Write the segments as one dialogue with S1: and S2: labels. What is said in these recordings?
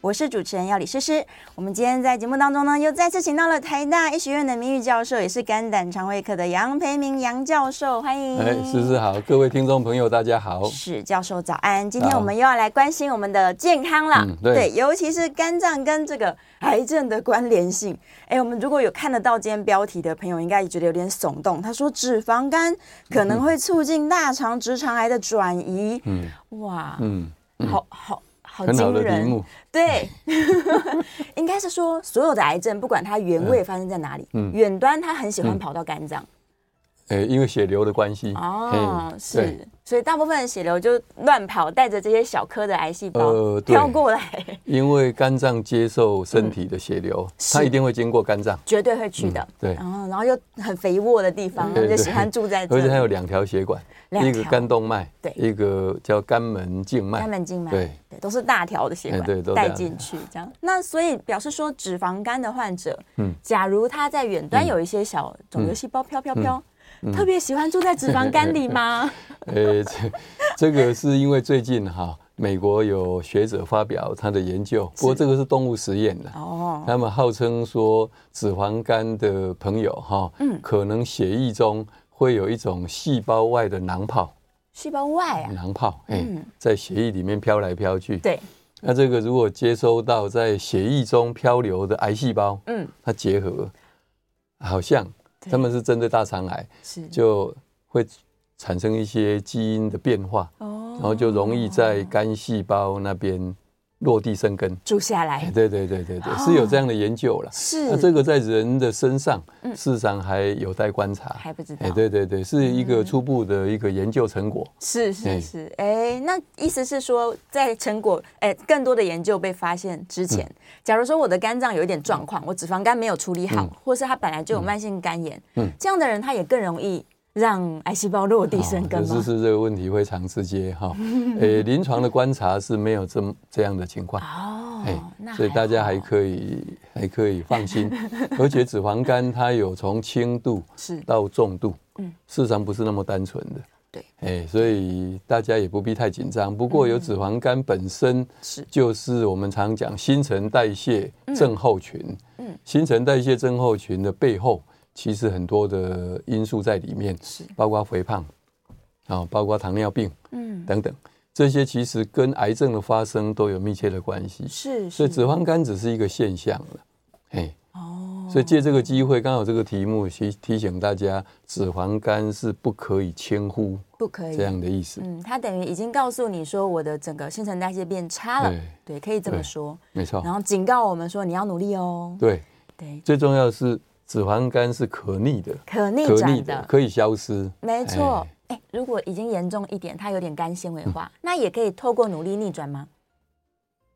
S1: 我是主持人要李诗诗。我们今天在节目当中呢，又再次请到了台大医学院的名誉教授，也是肝胆肠胃科的杨培明杨教授，欢迎。
S2: 哎，思思好，各位听众朋友，大家好。
S1: 是教授早安，今天
S2: 好
S1: 我们又要来关心我们的健康啦。
S2: 嗯对
S1: 尤其是肝脏跟这个癌症的关联性。哎，我们如果有看得到今天标题的朋友，应该也觉得有点耸动。他说脂肪肝可能会促进大肠直肠癌的转移。嗯，哇，
S2: 嗯，
S1: 好好好
S2: 很好
S1: 惊
S2: 的题
S1: 人
S2: 目。。
S1: 对， 应该是说所有的癌症，不管它原位发生在哪里，
S2: 嗯
S1: 远端它很喜欢跑到肝脏。
S2: 哎，因为血流的关系。
S1: 哦
S2: 嘿，
S1: 是
S2: 对，
S1: 所以大部分的血流就乱跑，带着这些小颗的癌细胞
S2: 呃对
S1: 飘过来，
S2: 因为肝脏接受身体的血流，
S1: 嗯
S2: 它一定会经过肝脏。
S1: 绝嗯对会去的。
S2: 对
S1: 然后然后又很肥沃的地方，
S2: 对
S1: 就
S2: 对
S1: 喜欢住在这
S2: 而且它有
S1: 里。
S2: 两条血管，
S1: 两条
S2: 一个肝动脉，
S1: 对
S2: 一个叫肝门静脉。
S1: 肝门静脉，
S2: 对
S1: 对，都是大条的血
S2: 哎对
S1: 管
S2: 都
S1: 带
S2: 这样
S1: 进去，这样。那所以表示说，脂肪肝的患者，
S2: 嗯
S1: 假如他在远端
S2: 嗯
S1: 有一些小肿瘤细胞飘飘飘，特别喜欢住在脂肪肝里吗？
S2: 呃，这这个是因为最近哈，美国有学者发表他的研究，不过这个是动物实验的。
S1: 哦，
S2: 他们号称说脂肪肝的朋友哈，
S1: 嗯
S2: 可能血液中会有一种细胞外的囊泡，
S1: 细胞外啊，
S2: 囊泡，哎、
S1: 嗯
S2: 在血液里面飘来飘去。，
S1: 对，
S2: 那这个如果接收到在血液中漂流的癌细胞，
S1: 嗯，
S2: 它结合，好像
S1: 对
S2: 他们是针对大肠癌，
S1: 是，
S2: 就会产生一些基因的变化，
S1: 哦
S2: 然后就容易在肝细胞那边落地生根。
S1: 住下
S2: 哎，
S1: 来，
S2: 对对对对
S1: 哦
S2: 对，是有这样的研究了。
S1: 是
S2: 那这个在人的身上
S1: 嗯，
S2: 事实上还有待观察。
S1: 还嗯不知道
S2: 哎，对对对，是一个初步的一个研究成果。
S1: 是是
S2: 哎
S1: 是，哎、那意思是说，在成果哎、更多的研究被发现之前，
S2: 嗯
S1: 假如说我的肝脏有一点状况，我脂肪肝没有处理好，或是他本来就有慢性肝炎，
S2: 嗯
S1: 这样的人他也更容易让癌细胞落地生根
S2: 哦
S1: 吗？
S2: 是是这个问题非常直接 哈。呃，临床的观察是没有这么这样的情况。哎
S1: 哦，那
S2: 所以大家还
S1: 好
S2: 可以还可以 放心。而且脂肪肝它有从轻度
S1: 是
S2: 到重度，
S1: 嗯
S2: 嗯，事实上不是那么单纯的。
S1: 对，嗯
S2: 哎，所以大家也不必太紧张。不过有脂肪肝本身
S1: 是
S2: 就是我们常讲新陈代谢症候群。
S1: 嗯
S2: 嗯，新陈代谢症候群的背后，其实很多的因素在里面，
S1: 是
S2: 包括肥胖，啊、包括糖尿病
S1: 嗯
S2: 等等，这些其实跟癌症的发生都有密切的关系。
S1: 是
S2: 所
S1: 是
S2: 以脂肪肝只是一个现象了，哎，
S1: 哦
S2: 所以借这个机会，刚好这个题目提提醒大家，脂肪肝是不可以轻忽
S1: 不可以
S2: 这样的意思，
S1: 嗯，他等于已经告诉你说我的整个新陈代谢变差了，对，可以这么
S2: 对
S1: 说。
S2: 没错
S1: 然。后警告我们说你要努力哦。
S2: 对，
S1: 对，
S2: 最重要的是脂肪肝是可逆的，
S1: 可逆
S2: 可逆
S1: 转
S2: 的
S1: 的，
S2: 可以消失，
S1: 没错
S2: 哎。嗯
S1: 哎、如果已经严重一点，它有点肝纤维化，那也可以透过努力逆转吗？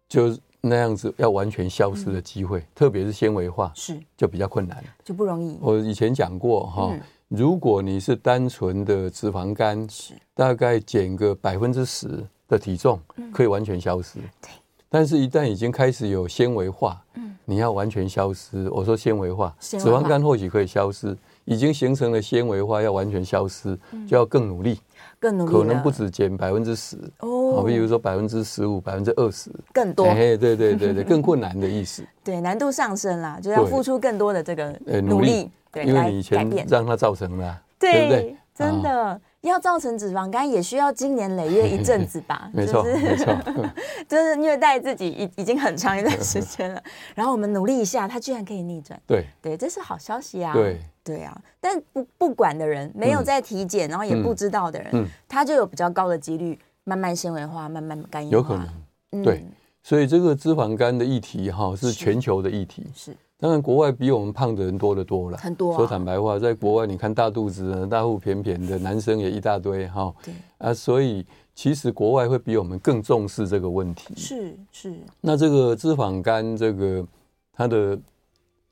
S2: 就那样子要完全消失的机会，
S1: 嗯
S2: 特别是纤维化
S1: 是，
S2: 就比较困难。
S1: 就不容易。
S2: 我以前讲过哈、
S1: 嗯
S2: 如果你是单纯的脂肪肝，
S1: 是，
S2: 大概减个百分之十的体重，可以完全消失。
S1: 嗯对
S2: 但是，一旦已经开始有纤维化，
S1: 嗯
S2: 你要完全消失。我说纤维化，
S1: 纤
S2: 脂
S1: 维化
S2: 肪肝或许可以消失，已经形成了纤维化，要完全消失，
S1: 嗯
S2: 就要更努力，
S1: 更努力了
S2: 可能不止减百分之十，
S1: 哦
S2: 好，比如说百分之十五、百分之二十，
S1: 更多，
S2: 嘿，对对 对对，更困难的意思，
S1: 对，难度上升啦，就要
S2: 对
S1: 付出更多的这个
S2: 呃
S1: 努
S2: 努力
S1: 力，对，
S2: 因
S1: 来
S2: 为你以
S1: 改
S2: 前
S1: 变，
S2: 让它造成了啊，
S1: 对，
S2: 对不对？。
S1: 真的。要造成脂肪肝，也需要经年累月一阵子吧
S2: 没错，
S1: 就是
S2: 没错，
S1: 就是虐待自己已已经很长一段时间了，然后我们努力一下，它居然可以逆转，
S2: 对
S1: 对，这是好消息啊。
S2: 对。
S1: 对啊，但不不管的人，没有在体检，然后也不知道的人，
S2: 嗯
S1: 他就有比较高的几率慢慢纤维化，慢慢肝硬化。
S2: 有可能，
S1: 嗯
S2: 对，所以这个脂肪肝的议题哈是全球的议题。
S1: 是
S2: 当然，国外比我们胖的人多得多了。
S1: 很多啊
S2: 说坦白话，在国外你看大肚子的、大腹便便的男生也一大堆哈。
S1: 对，
S2: 啊，所以其实国外会比我们更重视这个问题。
S1: 是是，
S2: 那这个脂肪肝，这个它的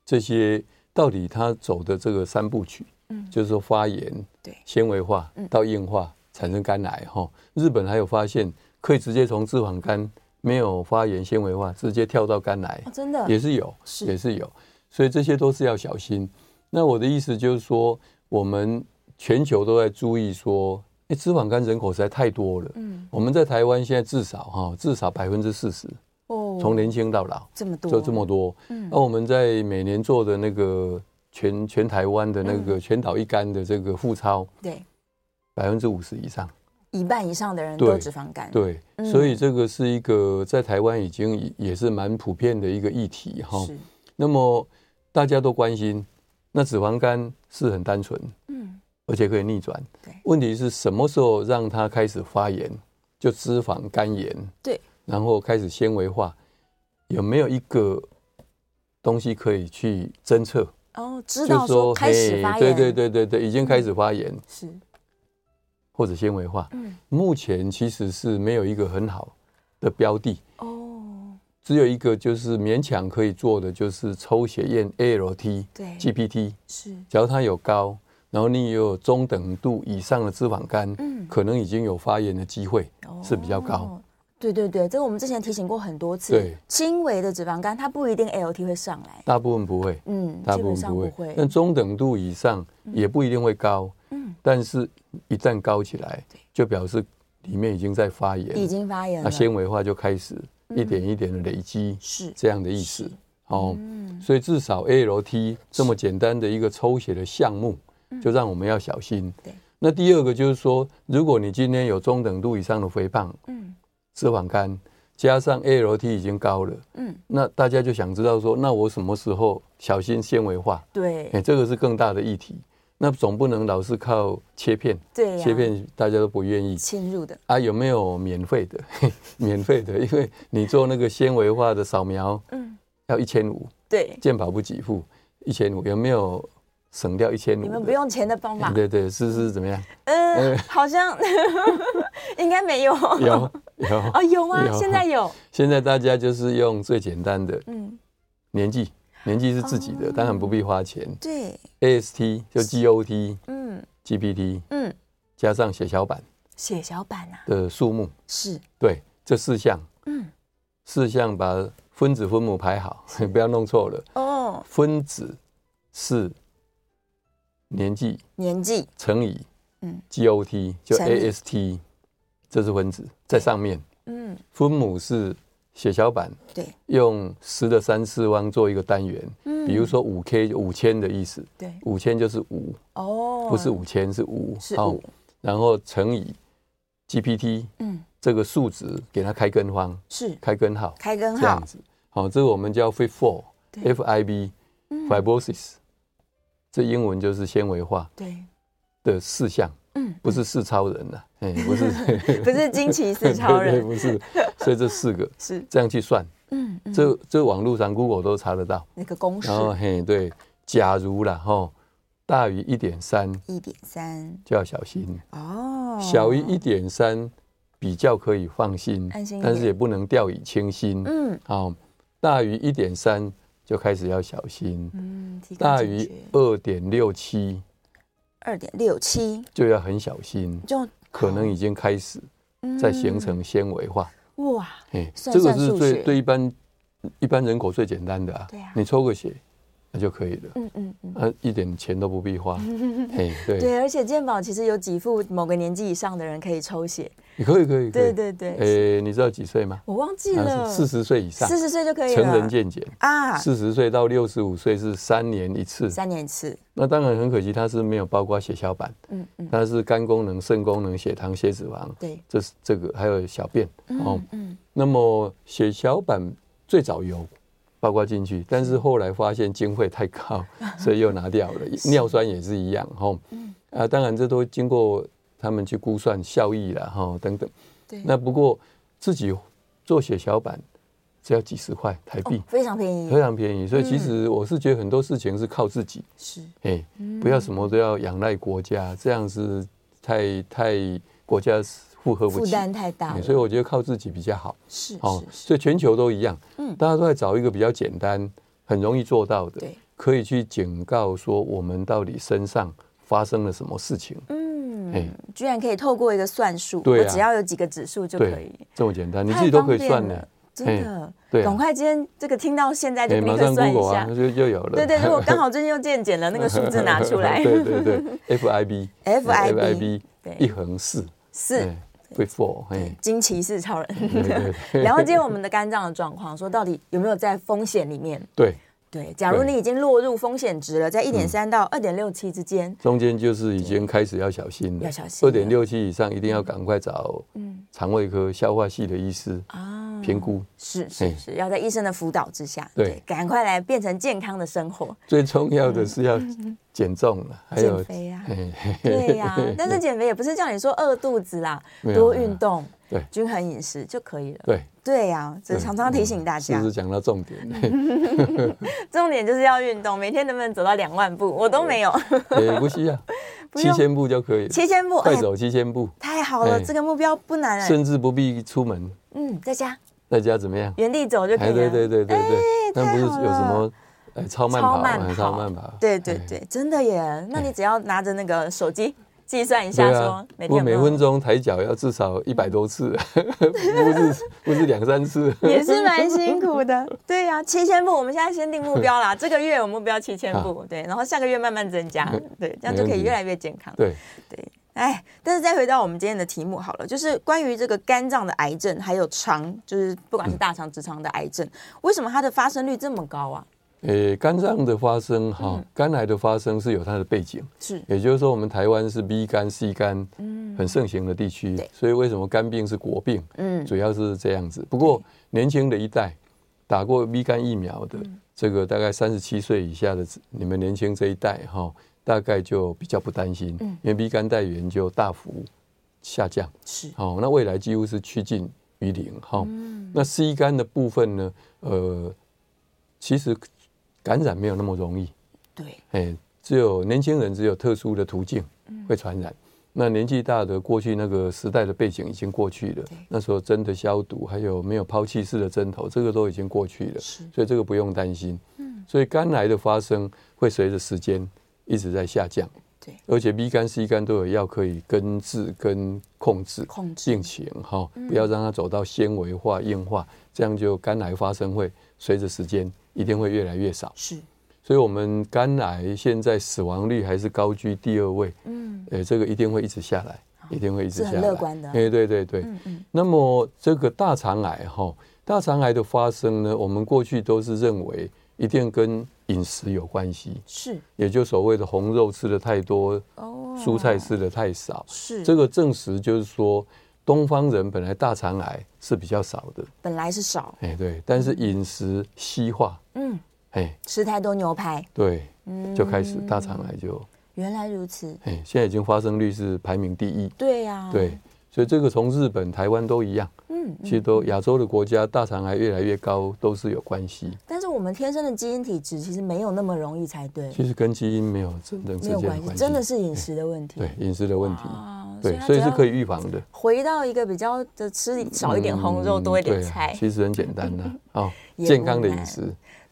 S2: 这些到底它走的这个三部曲，
S1: 嗯
S2: 就是说发炎、
S1: 对
S2: 纤维化
S1: 嗯
S2: 到硬化产生肝癌哈。日本还有发现可以直接从脂肪肝没有发炎纤维化直接跳到肝癌
S1: 哦，，真的
S2: 也是有，
S1: 是
S2: 也是有，所以这些都是要小心。那我的意思就是说，我们全球都在注意说，哎、脂肪肝人口实在太多了。
S1: 嗯
S2: 我们在台湾现在至少哈，至少百分之四十，
S1: 哦，
S2: 从年轻到老
S1: 这么多
S2: 就这么哦多。
S1: 嗯
S2: 那我们在每年做的那个全全台湾的那
S1: 嗯
S2: 个全岛一干的这个复超，
S1: 对，
S2: 百分之五十以上。
S1: 一半以上的人都
S2: 对
S1: 脂肪肝，
S2: 对，
S1: 嗯
S2: 所以这个是一个在台湾已经也也是蛮普遍的一个议题哈。
S1: 是
S2: 那么大家都关心，那脂肪肝是很单纯，
S1: 嗯
S2: 而且可以逆转
S1: 对。
S2: 问题是什么时候让它开始发炎？就脂肪肝炎。
S1: 对。
S2: 然后开始纤维化，有没有一个东西可以去侦测？
S1: 哦，知道
S2: 是
S1: 说开始
S2: 嘿
S1: 发炎，嗯
S2: 对对对对对，已经开始发炎、
S1: 是
S2: 或者纤维化。
S1: 嗯
S2: 目前其实是没有一个很好的标的，
S1: 哦
S2: 只有一个就是勉强可以做的，就是抽血验 ALT、
S1: 对
S2: GPT。
S1: 是
S2: 只要它有高，然后你也有中等度以上的脂肪肝，
S1: 嗯
S2: 可能已经有发炎的机会是比较高。
S1: 哦对对对，这个我们之前提醒过很多次。
S2: 对，
S1: 轻微的脂肪肝它不一定 LT 会上来，
S2: 大部分不会，
S1: 嗯，
S2: 大
S1: 基
S2: 部
S1: 本
S2: 分
S1: 上
S2: 不
S1: 不
S2: 会，
S1: 会。
S2: 但中等度以上也不一定会高，
S1: 嗯，
S2: 但是一旦高起来
S1: 对，
S2: 就表示里面已经在发炎，
S1: 已经发炎
S2: 那
S1: 了，
S2: 纤维化就开始一点一点的累积，
S1: 是
S2: 这样的意思
S1: 是。
S2: 哦，
S1: 嗯
S2: 所以至少 ALT 这么简单的一个抽血的项目，就让我们要小心。
S1: 嗯对
S2: 那第二个就是说，如果你今天有中等度以上的肥胖、
S1: 嗯
S2: 脂肪肝，加上 ALT 已经高了，
S1: 嗯，
S2: 那大家就想知道说，那我什么时候小心纤维化？
S1: 对
S2: 哎、这个是更大的议题。那总不能老是靠切片，
S1: 对啊呀
S2: 切片大家都不愿意
S1: 侵入的，
S2: 啊。有没有免费的？ 嘿免费的，因为你做那个纤维化的扫描
S1: 嗯，
S2: 要一千五，
S1: 对，
S2: 健保不给付一千五，有没有省掉一千五？
S1: 你们不用钱的方法，
S2: 对对，是是怎么样？
S1: 嗯，好像 应该没有，
S2: 有有
S1: 哦，有吗？
S2: 有
S1: 现在有，
S2: 现在大家就是用最简单的
S1: 嗯，
S2: 年纪，年纪是自己的，当然不必花钱。
S1: 对，
S2: AST 就 GOT、
S1: 嗯
S2: GPT
S1: 嗯，
S2: 加上血小板
S1: 血小板啊，
S2: 的数目，
S1: 是，
S2: 对，这四项
S1: 嗯，
S2: 四项把分子分母排好， 不要弄错了。
S1: 哦，
S2: 分子是年纪
S1: 年纪，
S2: 乘以
S1: 嗯
S2: GOT 就
S1: 乘以
S2: AST，这是分子在上面，
S1: 嗯，
S2: 分母是血小板
S1: 对，
S2: 用十的三次方做一个单元，
S1: 嗯
S2: 比如说五 K 五千的意思，
S1: 对，
S2: 五千就是五，
S1: 哦，
S2: 不是，五千是五，
S1: 是
S2: 哦
S1: 五，
S2: 然后乘以 GPT
S1: 嗯，
S2: 这个数值，给它开根方、
S1: 是
S2: 开根号，
S1: 开根
S2: 这
S1: 号
S2: 样，子。好、这个我们叫 Fit Four
S1: 对
S2: FIB
S1: 嗯
S2: Fibrosis，、这英文就是纤维化
S1: 对，
S2: 的四项，
S1: 嗯，
S2: 不是四超人呐、哎、不是
S1: 不是惊奇 四超
S2: 对对
S1: 人，
S2: 不是，所以这四个
S1: 是，
S2: 这样去算，
S1: 嗯，嗯
S2: 这这网络上 Google 都查得到。
S1: 那个公式
S2: 然 后嘿，对，假如啦哈、吼大于一点三
S1: 一点三，
S2: 就要小心，
S1: 哦，
S2: 小于一点三比较可以放心，
S1: 安心一点
S2: 但是也不能掉以轻心。
S1: 嗯
S2: 好、大于一点三就开始要小心，
S1: 嗯，提高
S2: 大
S1: 警
S2: 于
S1: 觉
S2: 二点六七
S1: 二点六七，
S2: 就要很小心，
S1: 就
S2: 可能已经开始在形成纤维化。
S1: 嗯哇，
S2: 嘿，
S1: 嗯算
S2: 这个
S1: 算
S2: 是
S1: 数学
S2: 最对一般一般人口最简单的啊，
S1: 对啊
S2: 你抽个血那就可以了，
S1: 嗯嗯嗯，
S2: 啊，一点钱都不 必花。嘿，对，
S1: 对，而且健保其实有给付某个年纪以上的人可以抽血，
S2: 你可以可以可
S1: 对
S2: 以。
S1: 对对，
S2: 诶，你知道几岁吗？啊
S1: 我忘记了，
S2: 哎四十岁以上，
S1: 四十岁就可以了，
S2: 成人健检。
S1: 啊，
S2: 四十岁到六十五岁是三年一次，
S1: 三年一次，
S2: 那当然很可惜，它是没有包括血小板，
S1: 嗯嗯，
S2: 它是肝功能、肾功能、血糖、血脂肪，
S1: 对，
S2: 这是这个还有小便哦。
S1: 嗯嗯，
S2: 那么血小板最早有包括进去，但是后来发现经费太 高，所以又拿掉了。尿酸也是一样哈。
S1: 嗯
S2: 啊，当然这都经过他们去估算效益啦哈等等。
S1: 对，
S2: 那不过自己做血小板只要几十块台币啊
S1: 哦，嗯非常便宜
S2: 非，常便宜。所以其实我是觉得很多事情是靠自己，
S1: 是，
S2: 哎，
S1: 嗯
S2: 不要什么都要仰赖国家，这样是太太国家负荷不
S1: 负
S2: 起。
S1: 担太大
S2: 哎
S1: 了，
S2: 所以我觉得靠自己比较好。
S1: 是
S2: 哦，
S1: 是是，
S2: 所以全球都一样，
S1: 嗯
S2: 大家都在找一个比较简单、很容易做到的，
S1: 对，
S2: 可以去警告说我们到底身上发生了什么事情。
S1: 嗯
S2: 哎，
S1: 居然可以透过一个算术，
S2: 对啊
S1: 我只要有几个指数就可
S2: 对
S1: 以，，
S2: 这么简单，你
S1: 太
S2: 自己都可以
S1: 方便
S2: 算
S1: 了
S2: 的。
S1: 真的。
S2: 对啊
S1: 赶快今天这个听到现在就
S2: 哎，
S1: 立
S2: 马
S1: 刻
S2: 上
S1: 算一
S2: Google
S1: 下
S2: 啊，。就就有了。
S1: 对对， 如果刚好最近又见检了，那个数字拿出来，
S2: 对对对，FIB
S1: FIB 对
S2: 哎一横四，
S1: 是
S2: 哎会 four，哎，
S1: 惊奇四超
S2: 对
S1: 人。
S2: 对 对
S1: 了解我们的肝脏的状况，说到底有没有在风险里面？
S2: 对，
S1: 对，假如
S2: 对
S1: 你已经落入风险值了，在一点三到二点六七之间，
S2: 中间就是已经开始要小心了，
S1: 要小心
S2: 二
S1: 了嗯
S2: 点六七以上一定要赶快找肠胃科、消化系的医师
S1: 啊
S2: 评估。
S1: 是是
S2: 嘿
S1: 是，要在医生的辅导之下，
S2: 对
S1: 赶快来变成健康的生活，
S2: 最重要的是要减重了，还有
S1: 减肥啊
S2: 嘿
S1: 对呀、但是减肥也不是叫你说饿肚子啦，
S2: 没有
S1: 多
S2: 没有
S1: 运动，
S2: 对
S1: 均衡饮食就可以了。
S2: 对，
S1: 对呀、这
S2: 对
S1: 常常提醒大
S2: 是
S1: 家
S2: 不，是讲到重点？嘿
S1: 重点就是要运动，每天能不能走到两万步，我都没有，
S2: 也不需要，
S1: 不
S2: 七
S1: 用
S2: 千步就可以了，
S1: 七千步，
S2: 快
S1: 哎
S2: 走七千步，
S1: 太好了，
S2: 哎
S1: 这个目标不难哎、
S2: 甚至不必出门，
S1: 嗯，在家
S2: 在家怎么样？
S1: 原地走就可以
S2: 哎，
S1: 了。
S2: 对对对对对，那不是
S1: 啊哎太好
S2: 有什
S1: 了
S2: 么哎超慢
S1: 超
S2: 跑
S1: 慢
S2: 啊，
S1: 跑
S2: 超慢跑，
S1: 对对
S2: 哎
S1: 对，真的耶！那你只要拿着那个手机计算一
S2: 对
S1: 下，
S2: 啊
S1: 说，每天
S2: 不过
S1: 有没
S2: 每分
S1: 有，
S2: 钟抬脚要至少一百多次， 不是不是两三次，
S1: 也是蛮辛苦的。对呀，七千步，我们现在先定目标 啦，这个月我目标七千步，对，然后下个月慢慢增加，对，这样就可以越来越健康。
S2: 对，
S1: 对，哎，但是再回到我们今天的题目好了，就是关于这个肝脏的癌症，还有肠，就是不管是大肠、直肠的癌症，为什么它的发生率这么高啊？
S2: 诶，肝脏的发生哈，
S1: 嗯
S2: 肝癌的发生是有它的背景，
S1: 是
S2: 也就是说我们台湾是 B 肝、C 肝很盛行的地区
S1: 嗯对，
S2: 所以为什么肝病是国病，
S1: 嗯
S2: 主要是这样子。不过年轻的一代打过 B 肝疫苗的，
S1: 嗯
S2: 这个大概三十七岁以下的你们年轻这一代哈，大概就比较不担心，
S1: 嗯
S2: 因为 B 肝带源就大幅下降。
S1: 是
S2: 好、那未来几乎是趋近于零。哈、
S1: 嗯
S2: 那 C 肝的部分呢？呃，其实感染没有那么容易，
S1: 对，
S2: 哎，只有年轻人只有特殊的途径
S1: 嗯
S2: 会传染。那年纪大的，过去那个时代的背景已经过去了
S1: 对。
S2: 那时候针的消毒，还有没有抛弃式的针头，这个都已经过去了，
S1: 是
S2: 所以这个不用担心。
S1: 嗯
S2: 所以肝癌的发生会随着时间一直在下降。
S1: 对
S2: 而且 B 肝、C 肝都有药可以根治跟控制。
S1: 控制嗯
S2: 病情哈、不要让它走到纤维化、硬化，这样就肝癌发生会随着时间一定会越来越少。
S1: 是
S2: 所以，我们肝癌现在死亡率还是高居第二位，
S1: 嗯哦
S2: 呃，这个一定会一直下来，一定会一
S1: 是
S2: 直下
S1: 很
S2: 来。
S1: 乐观的
S2: 哎，对对对。
S1: 嗯嗯
S2: 那么，这个大肠癌哈、大肠癌的发生呢，我们过去都是认为一定跟饮食有关系，
S1: 是
S2: 也就所谓的红肉吃的太多，
S1: 哦
S2: 蔬菜吃的太少。
S1: 是
S2: 这个证实就是说，东方人本来大肠癌是比较少的，
S1: 本来是少，
S2: 哎，对，但是饮食西化，
S1: 嗯，
S2: 哎，
S1: 吃太多牛排，
S2: 对，
S1: 嗯
S2: 就开始大肠癌就，
S1: 原来如此，
S2: 哎，现在已经发生率是排名第一，
S1: 对呀，
S2: 对，所以这个从日本、台湾都一样，
S1: 嗯，
S2: 其实都亚洲的国家大肠癌越来越高都是有关系，
S1: 但是我们天生的基因体质其实没有那么容易才对，
S2: 其实跟基因没有真正之
S1: 没有
S2: 间的
S1: 关系，
S2: 关系，
S1: 真的是饮食的问题，
S2: 对饮食的问题，
S1: 啊
S2: 对，哦所以是可
S1: 以
S2: 以预防的。
S1: 回到一个比较的吃少一点红肉，
S2: 嗯
S1: 多一点
S2: 对啊
S1: 菜，
S2: 其实很简单 的哦，
S1: 也
S2: 健
S1: 不
S2: 康的饮
S1: 难
S2: 食。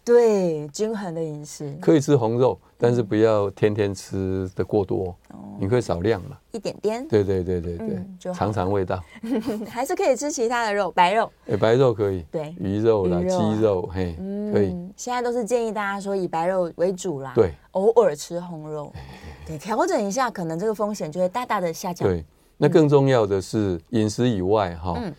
S1: 对，均衡的饮食
S2: 可以吃红肉，
S1: 嗯
S2: 但是不要天天吃的过多，你可以少量嘛。
S1: 一点点，
S2: 对对对对对
S1: 哦嗯，就好
S2: 尝尝味道。
S1: 还是可以吃其他的肉，白肉，
S2: 哎，白肉可以，
S1: 对
S2: 鱼肉啦、
S1: 鱼肉啊
S2: 鸡肉，嘿，可以。
S1: 嗯，现在都是建议大家说以白肉为主啦，
S2: 对，
S1: 偶尔吃红肉， 对，调整一下，可能这个风险就会大大的下降。
S2: 对，那更重要的是饮食以外哈
S1: 嗯，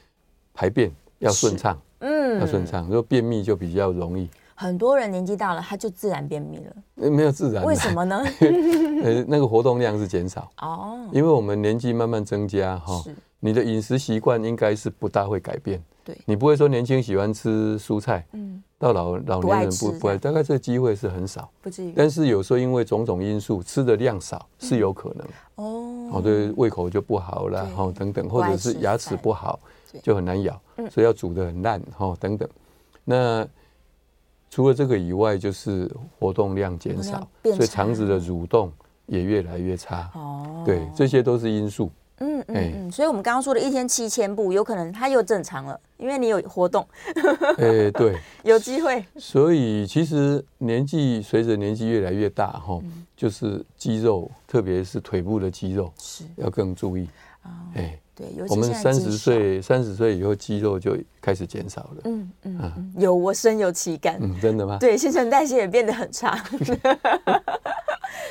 S2: 排便要顺畅，要顺
S1: 嗯，
S2: 畅。如果便秘就比较容易，
S1: 很多人年纪大了，他就自然便秘了，
S2: 呃没有自然。
S1: 为什？么 呢？
S2: 呃，那个活动量是减少，
S1: 哦，
S2: 因为我们年纪慢慢增加哈
S1: 是，
S2: 你的饮食习惯应该是不大会改变。
S1: 对
S2: 你不会说年轻喜欢吃蔬菜，
S1: 嗯，
S2: 到老老年人
S1: 不爱
S2: 不
S1: 吃
S2: 不爱，大概这个机会是很少。
S1: 不至于
S2: 但是有时候因为种种因素，吃的量少是有可能，
S1: 哦，
S2: 哦，对胃口就不好了，
S1: 对
S2: 哦等等，
S1: 不
S2: 或
S1: 爱
S2: 者是
S1: 吃
S2: 牙齿
S1: 饭
S2: 不好
S1: 对嗯
S2: 就很难咬，所以要煮的很烂，哦等等。那除了这个以外，就是活动量减
S1: 活动
S2: 少
S1: 量，变
S2: 所以
S1: 差
S2: 肠子的蠕动也越来越差，
S1: 哦，
S2: 对， 这些都是因素。
S1: 嗯嗯
S2: 哎
S1: 嗯，所以我们刚刚说的一天七千步，有可能他又正常了，因为你有活动，
S2: 哎，对，
S1: 有机会，
S2: 所以其实年纪随着年纪越来越大哈，
S1: 嗯
S2: 就是肌肉，特别是腿部的肌肉
S1: 是
S2: 要更注意。哎，
S1: 对，尤其
S2: 我们
S1: 现在
S2: 三
S1: 肌
S2: 十
S1: 少，
S2: 岁，三十岁以后肌肉就开始减少了。
S1: 嗯嗯
S2: 啊
S1: 嗯，有我深有其感，
S2: 嗯，真的吗？
S1: 对，新陈代谢也变得很差，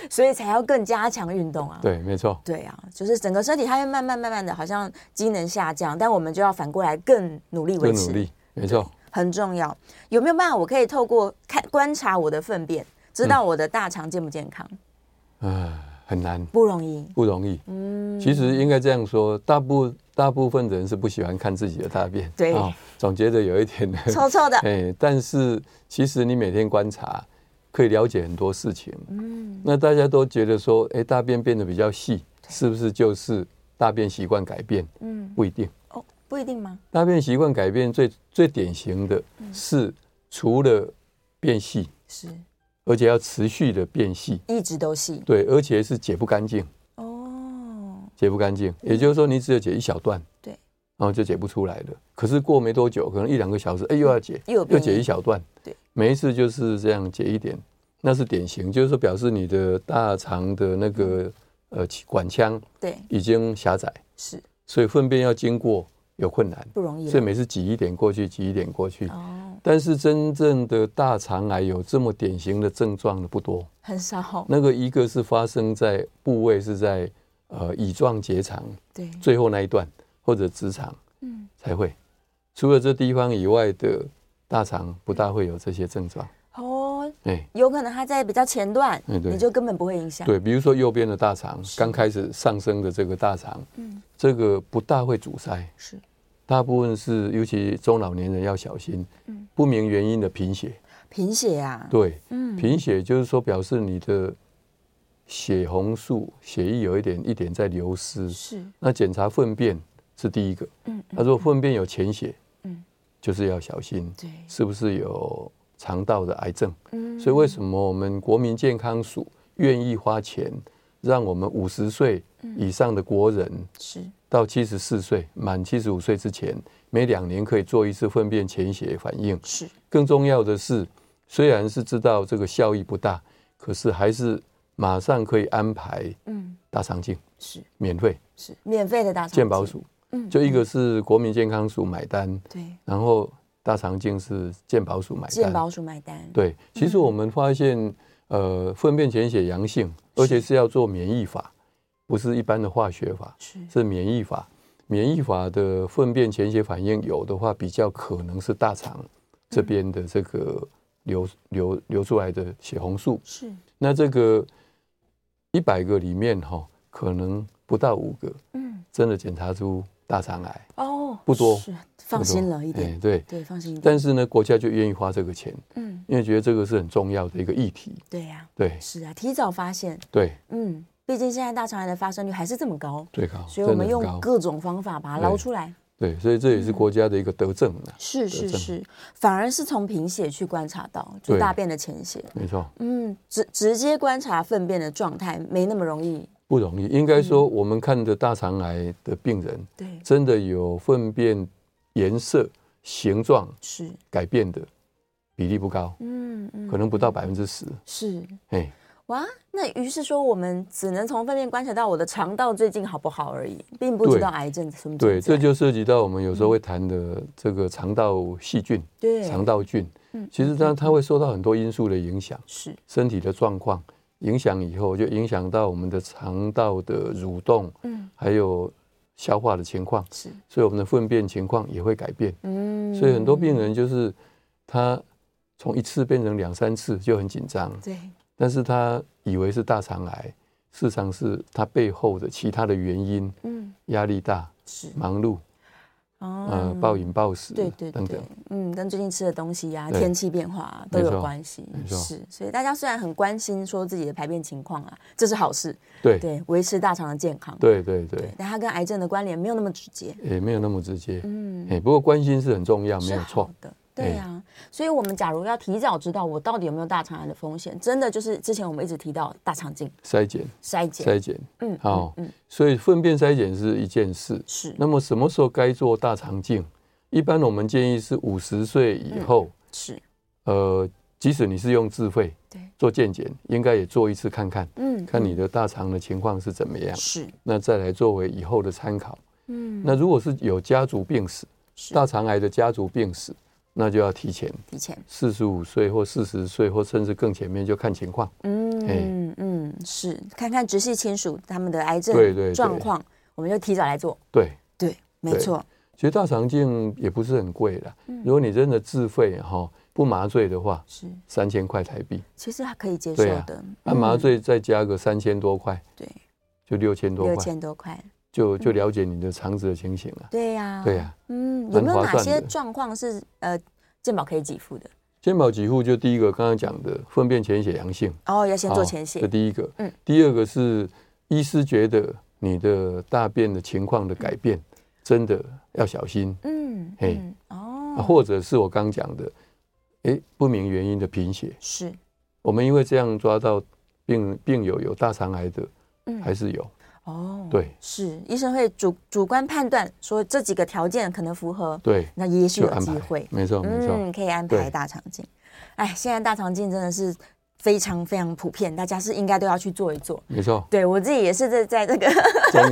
S1: 所以才要更加强运动啊。
S2: 对，没错。
S1: 对啊，就是整个身体它会慢慢慢慢的，好像机能下降，但我们就要反过来更努力维
S2: 更
S1: 持，
S2: 努力，没错。
S1: 很重要。有没有办法，我可以透过看观察我的粪便，知道我的大肠健不健康？
S2: 啊，很难，
S1: 不容易，
S2: 不容易。
S1: 嗯，
S2: 其实应该这样说，大部大部分人是不喜欢看自己的大便，哦
S1: 对
S2: 总觉得有一点，
S1: 臭臭的，
S2: 哎，但是其实你每天观察，可以了解很多事情。嗯，那大家都觉得说，哎，大便变得比较细，是不是就是大便习惯改变？
S1: 嗯，
S2: 不一定，
S1: 哦，不一定吗？
S2: 大便习惯改变最最典型的
S1: 嗯
S2: 是除了变细，
S1: 是，
S2: 而且要持续的变细，
S1: 一直都细
S2: 对，而且是解不干净。
S1: 哦，
S2: 解不干净，也就是说你只有解一小段，
S1: 对，
S2: 然后就解不出来了。可是过没多久，可能一两个小时，哎，又要解，
S1: 嗯又有变异
S2: 解一小段，
S1: 对，
S2: 每一次就是这样解一点，那是典型，就是说表示你的大肠的那个
S1: 嗯
S2: 呃气管腔
S1: 对，
S2: 已经狭窄，
S1: 是
S2: 所以粪便要经过有困难，
S1: 不容易哦
S2: 所以
S1: 了。
S2: 每次挤一点过去，挤一点过去。
S1: 哦，
S2: 但是真正的大肠癌有这么典型的症状的不多，
S1: 很少，
S2: 那个一个是发生在部位是在呃乙状结肠。
S1: 对，
S2: 最后那一段或者直肠
S1: 嗯，
S2: 才会。除了这地方以外的大肠不大会有这些症状。
S1: 哦，
S2: 哎，
S1: 有可能它在比较前段，
S2: 嗯对
S1: 你就根本不会影响。
S2: 对，比如说右边的大肠刚开始上升的这个大肠，
S1: 嗯
S2: 这个不大会阻塞，
S1: 是
S2: 大部分是尤其中老年人要小心
S1: 嗯，
S2: 不明原因的贫血。
S1: 贫血啊，
S2: 对，
S1: 嗯，
S2: 贫血就是说表示你的血红素血液有一点一点在流失，
S1: 是，
S2: 那检查粪便是第一个，
S1: 嗯，
S2: 他说粪便有潜血，
S1: 嗯
S2: 就是要小心，
S1: 对，
S2: 是不是有肠道的癌症？
S1: 嗯，
S2: 所以为什么我们国民健康署愿意花钱，让我们五十岁
S1: 嗯
S2: 以上的国人
S1: 是
S2: 到七十四岁满七十五岁之前，每两年可以做一次粪便潜血反应？
S1: 是
S2: 更重要的是，虽然是知道这个效益不大，可是还是马上可以安排
S1: 嗯
S2: 大肠镜
S1: 是
S2: 免费。
S1: 是免费的大肠
S2: 健保
S1: 镜，
S2: 署，
S1: 嗯
S2: 就一个是国民健康署买单，
S1: 对，
S2: 然后大肠镜是健保署买
S1: 健
S2: 单。
S1: 保署嗯买单，
S2: 对，其实我们发现，呃，粪便潜血阳性，而且是要做免疫法，不是一般的化学法，
S1: 是
S2: 是免疫法。免疫法的粪便潜血反应有的话，比较可能是大肠这边的这个流流流出来的血红素。
S1: 是
S2: 那这个一百个里面哈、可能不到五个
S1: 嗯
S2: 真的检查出大肠癌。
S1: 哦
S2: 不多
S1: 是放心了一
S2: 哎
S1: 点，
S2: 对，
S1: 对，放心一点，
S2: 但是呢，国家就愿意花这个钱，
S1: 嗯，
S2: 因为觉得这个是很重要的一个议题。
S1: 对呀，
S2: 对
S1: 是啊，提早发现，
S2: 对，
S1: 嗯，毕竟现在大肠癌的发生率还是这么高，
S2: 最高，
S1: 所以我们
S2: 真的很
S1: 用嗯
S2: 高
S1: 各种方法把它捞出来。
S2: 对，所以这也是国家的一个德政啊，
S1: 是是
S2: 得症
S1: 是，反而是从贫血去观察到，就
S2: 对
S1: 大便的潜血，
S2: 没错，
S1: 嗯，直直接观察粪便的状态没那么容易，
S2: 不容易。应该
S1: 嗯
S2: 说，我们看的大肠癌的病人，
S1: 对，
S2: 真的有粪便颜色、形状
S1: 是，
S2: 改变的比例不高，
S1: 嗯嗯，
S2: 可能不到百分之十。
S1: 是
S2: 哎，
S1: 哇，那于是说我们只能从粪便观察到我的肠道最近好不好而已，并不知
S2: 对
S1: 道癌症什么存
S2: 对，
S1: 在
S2: 这就涉及到我们有时候会谈的这个肠道细菌、
S1: 嗯对
S2: 肠道菌
S1: 嗯。
S2: 其实它它会受到很多因素的影响。
S1: 是
S2: 身体的状况影响以后，就影响到我们的肠道的蠕动，
S1: 嗯
S2: 还有消化的情况，
S1: 是
S2: 所以我们的粪便情况也会改变。
S1: 嗯
S2: 所以很多病人就是他从一次变成两三次就很紧张，
S1: 对
S2: 但是他以为是大肠癌，事实上是他背后的其他的原因，
S1: 嗯
S2: 压力大、
S1: 是
S2: 忙碌、
S1: 哦
S2: 呃暴饮暴食
S1: 对对
S2: 等
S1: 对
S2: 等。，
S1: 嗯，跟最近吃的东西呀、
S2: 对
S1: 天气变化、啊、都
S2: 没
S1: 有
S2: 错
S1: 关系
S2: 没，错
S1: 是，所以大家虽然很关心说自己的排便情况啊，这是好事，
S2: 对
S1: 对，维持大肠的健康，
S2: 对对对，
S1: 但它跟癌症的关联没有那么直接，
S2: 也没有那么直接。
S1: 嗯，
S2: 哎，不过关心是很重要，没
S1: 是
S2: 有
S1: 好
S2: 错。哎
S1: 的。对呀、所以我们假如要提早知道我到底有没有大肠癌的风险，真的就是之前我们一直提到大肠镜
S2: 筛检。
S1: 筛检，
S2: 筛检，
S1: 嗯
S2: 好、所以粪便筛检是一件事。
S1: 是
S2: 那么什么时候该做大肠镜？一般我们建议是五十岁以后，
S1: 是，
S2: 呃，即使你是用自费
S1: 嗯对
S2: 做健检，应该也做一次看看，
S1: 嗯，
S2: 看你的大肠的情况是怎么样，
S1: 是，
S2: 那再来作为以后的参考。
S1: 嗯，
S2: 那如果是有家族病史，
S1: 是
S2: 大肠癌的家族病史，那就要提前
S1: 提前，
S2: 四十五岁或四十岁或甚至更前面就看情况。
S1: 嗯
S2: 嘿
S1: 嗯，是，看看直系亲属他们的癌症
S2: 对对对
S1: 状况，我们就提早来做，
S2: 对，
S1: 对，没
S2: 对
S1: 错，
S2: 其实大肠镜也不是很贵的，
S1: 嗯
S2: 如果你真的自费哈、不麻醉的话，
S1: 是，
S2: 三千块台币，
S1: 其实还可以接受
S2: 对啊
S1: 的，
S2: 按麻
S1: 嗯
S2: 醉再加个三千多块，
S1: 对，嗯
S2: 就六千多
S1: 六
S2: 块，
S1: 千多块，
S2: 就就了解你的肠子的情形了、
S1: 对呀，
S2: 对啊呀、
S1: 嗯，有
S2: 蛮
S1: 没有
S2: 划
S1: 哪
S2: 算
S1: 些
S2: 的
S1: 状况是呃健保可以给付的？
S2: 健保给付就第一个刚刚讲的粪便潜血阳性，
S1: 哦，要先做
S2: 哦
S1: 前血
S2: 这，第一个。
S1: 嗯
S2: 第二个是医师觉得你的大便的情况的改变，真的要小心，
S1: 嗯，
S2: 嘿
S1: 嗯，
S2: 啊
S1: 哦，
S2: 或者是我刚讲的，诶，不明原因的贫血，
S1: 是，
S2: 我们因为这样抓到病病友有大肠癌的
S1: 嗯，
S2: 还是有，
S1: 哦，
S2: 对
S1: 是医生会主主观判断说这几个条件可能符合，
S2: 对，
S1: 那也许
S2: 就
S1: 有
S2: 安
S1: 机
S2: 排
S1: 会，，
S2: 没错没错，
S1: 嗯，可以安排
S2: 对
S1: 大肠镜。哎，现在大肠镜真的是非常非常普遍，大家是应该都要去做一做。，
S2: 没错
S1: 对我自己也是在在这个
S2: 终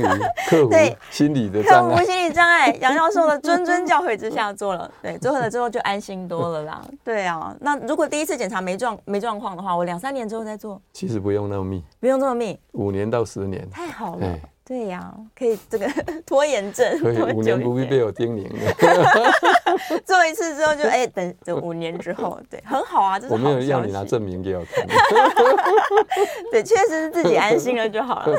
S2: 于克服
S1: 对
S2: 心理的
S1: 克
S2: 障
S1: 服
S2: 碍。
S1: 心理障碍，杨教授的谆谆教诲之下做了，对，做了之后就安心多了啦。对啊，那如果第一次检查没状没状况的话，我两三年之后再做，
S2: 其实不用那么密，
S1: 不用这么密，
S2: 五年到十年，
S1: 太好了
S2: 哎。
S1: 对呀、可以这个 拖延症，
S2: 可以
S1: 拖久
S2: 五年
S1: 一
S2: 不必
S1: 点
S2: 被我 叮咛了。
S1: 做一次之后就哎、等等五年之后，对，很好啊，这是
S2: 我没有
S1: 好
S2: 要
S1: 消
S2: 你拿
S1: 息
S2: 证明给我看。
S1: 对，确实是自己安心了就好 了。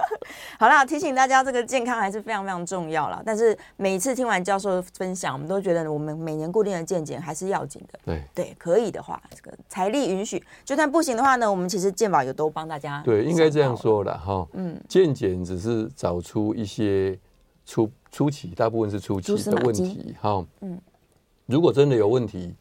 S1: 好啦，提醒大家，这个健康还是非常非常重要啦。但是每一次听完教授的分享，我们都觉得我们每年固定的健检还是要紧的。
S2: 对
S1: 对，可以的话，这个财力允许，就算不行的话呢，我们其实健保有都帮大家。
S2: 对，应该这样。说了哈。
S1: 嗯，
S2: 健检只是找出一些初初期，大部分是初期
S1: 蛛丝
S2: 的
S1: 马
S2: 问
S1: 迹
S2: 题哈。
S1: 嗯
S2: 嗯，如果真的有问题，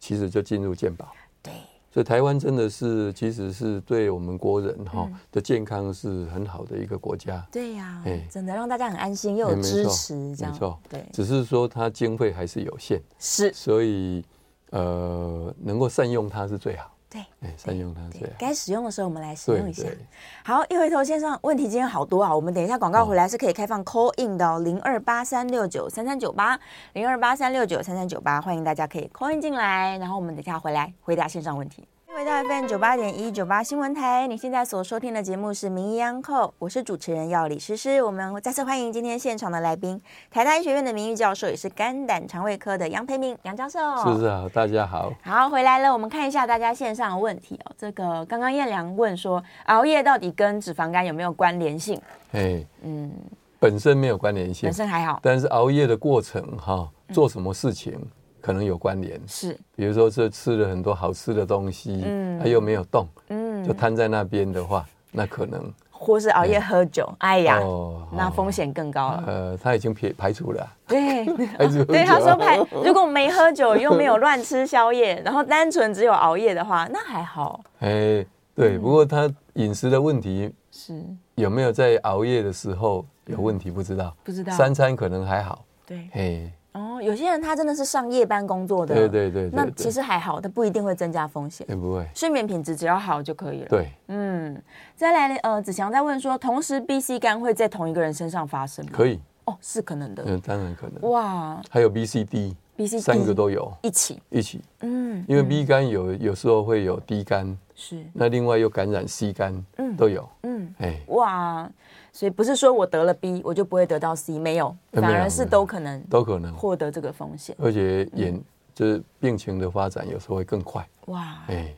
S2: 其实就进入健保。
S1: 对，
S2: 所以台湾真的是，其实是对我们国人哈
S1: 嗯
S2: 的健康是很好的一个国家，
S1: 对呀、
S2: 哎
S1: 真的让大家很安心，又
S2: 哎
S1: 有
S2: 没
S1: 支
S2: 错
S1: 持，这样
S2: 没错
S1: 对，
S2: 只是说它经费还是有限，
S1: 是，
S2: 所以呃，能够善用它是最好。
S1: 对，
S2: 哎，善用它是
S1: 对
S2: 最，好。
S1: 该使用的时候我们来使用
S2: 对
S1: 一下。
S2: 对，
S1: 好，一回头先生，问题今天好多啊！我们等一下广告回来是可以开放 call in 的哦零二八三六九三三九八零二八三六九三三九八，欢迎大家可以 call in 进来，然后我们等一下回来回答线上问题。欢迎回到 FM 九八点一九八新闻台，你现在所收听的节目是《名医央叩》，我是主持人要李诗诗。我们再次欢迎今天现场的来宾，台大医学院的名誉教授，也是肝胆肠胃科的杨培明杨教授。
S2: 是不是啊？大家好，
S1: 好，回来了，我们看一下大家线上的问题哦。这个刚刚燕良问说，熬夜到底跟脂肪肝有没有关联性？
S2: 哎，
S1: 嗯，
S2: 本身没有关联性
S1: 本，身还好，
S2: 但是熬夜的过程哈、
S1: 嗯
S2: 做什么事情可能有关联。
S1: 是，
S2: 比如说，这吃了很多好吃的东西，
S1: 嗯
S2: 嗯，又没有动，
S1: 嗯
S2: 就，瘫在那边的话，那可能
S1: 或是熬夜喝酒，哎呀，
S2: 哦
S1: 那风险更高了。
S2: 呃，他已经排排除了啊，
S1: 对，
S2: 排除了
S1: 对，他说排，如果没喝酒又没有乱吃宵夜，然后单纯只有熬夜的话，那还好，
S2: 哎，
S1: 嗯
S2: 对，不过他饮食的问题
S1: 是
S2: 有没有在熬夜的时候有问题？不知道，
S1: 不知道
S2: 三餐可能还好，哎
S1: 对。
S2: 嘿，
S1: 哦，有些人他真的是上夜班工作的，
S2: 对对对对
S1: 那
S2: 对
S1: 其实还好，他不一定会增加风险。
S2: 会不会？
S1: 睡眠品质只要好就可以了。
S2: 对，
S1: 嗯，再来，呃，子祥在问说，同时 B、C 肝会在同一个人身上发生吗？
S2: 可以，
S1: 哦，是可能的。
S2: 嗯，当然可能。
S1: 哇
S2: 还有 B、C、D，
S1: ，B、C
S2: 三个都有
S1: 一起，
S2: 一起，
S1: 嗯，
S2: 因为 B 肝有有时候会有 D 肝，
S1: 是，
S2: 那另外又感染 C 肝，
S1: 嗯
S2: 都有，
S1: 嗯，
S2: 哎，
S1: 哇，所以不是说我得了 B 我就不会得到 C，没有，
S2: 呃
S1: 反
S2: 没
S1: 而
S2: 有
S1: 是
S2: 没有
S1: 都可能
S2: 都可能，
S1: 获得这个风险。
S2: 而且演就是病情的发展有时候会更快，
S1: 哇，
S2: 哎，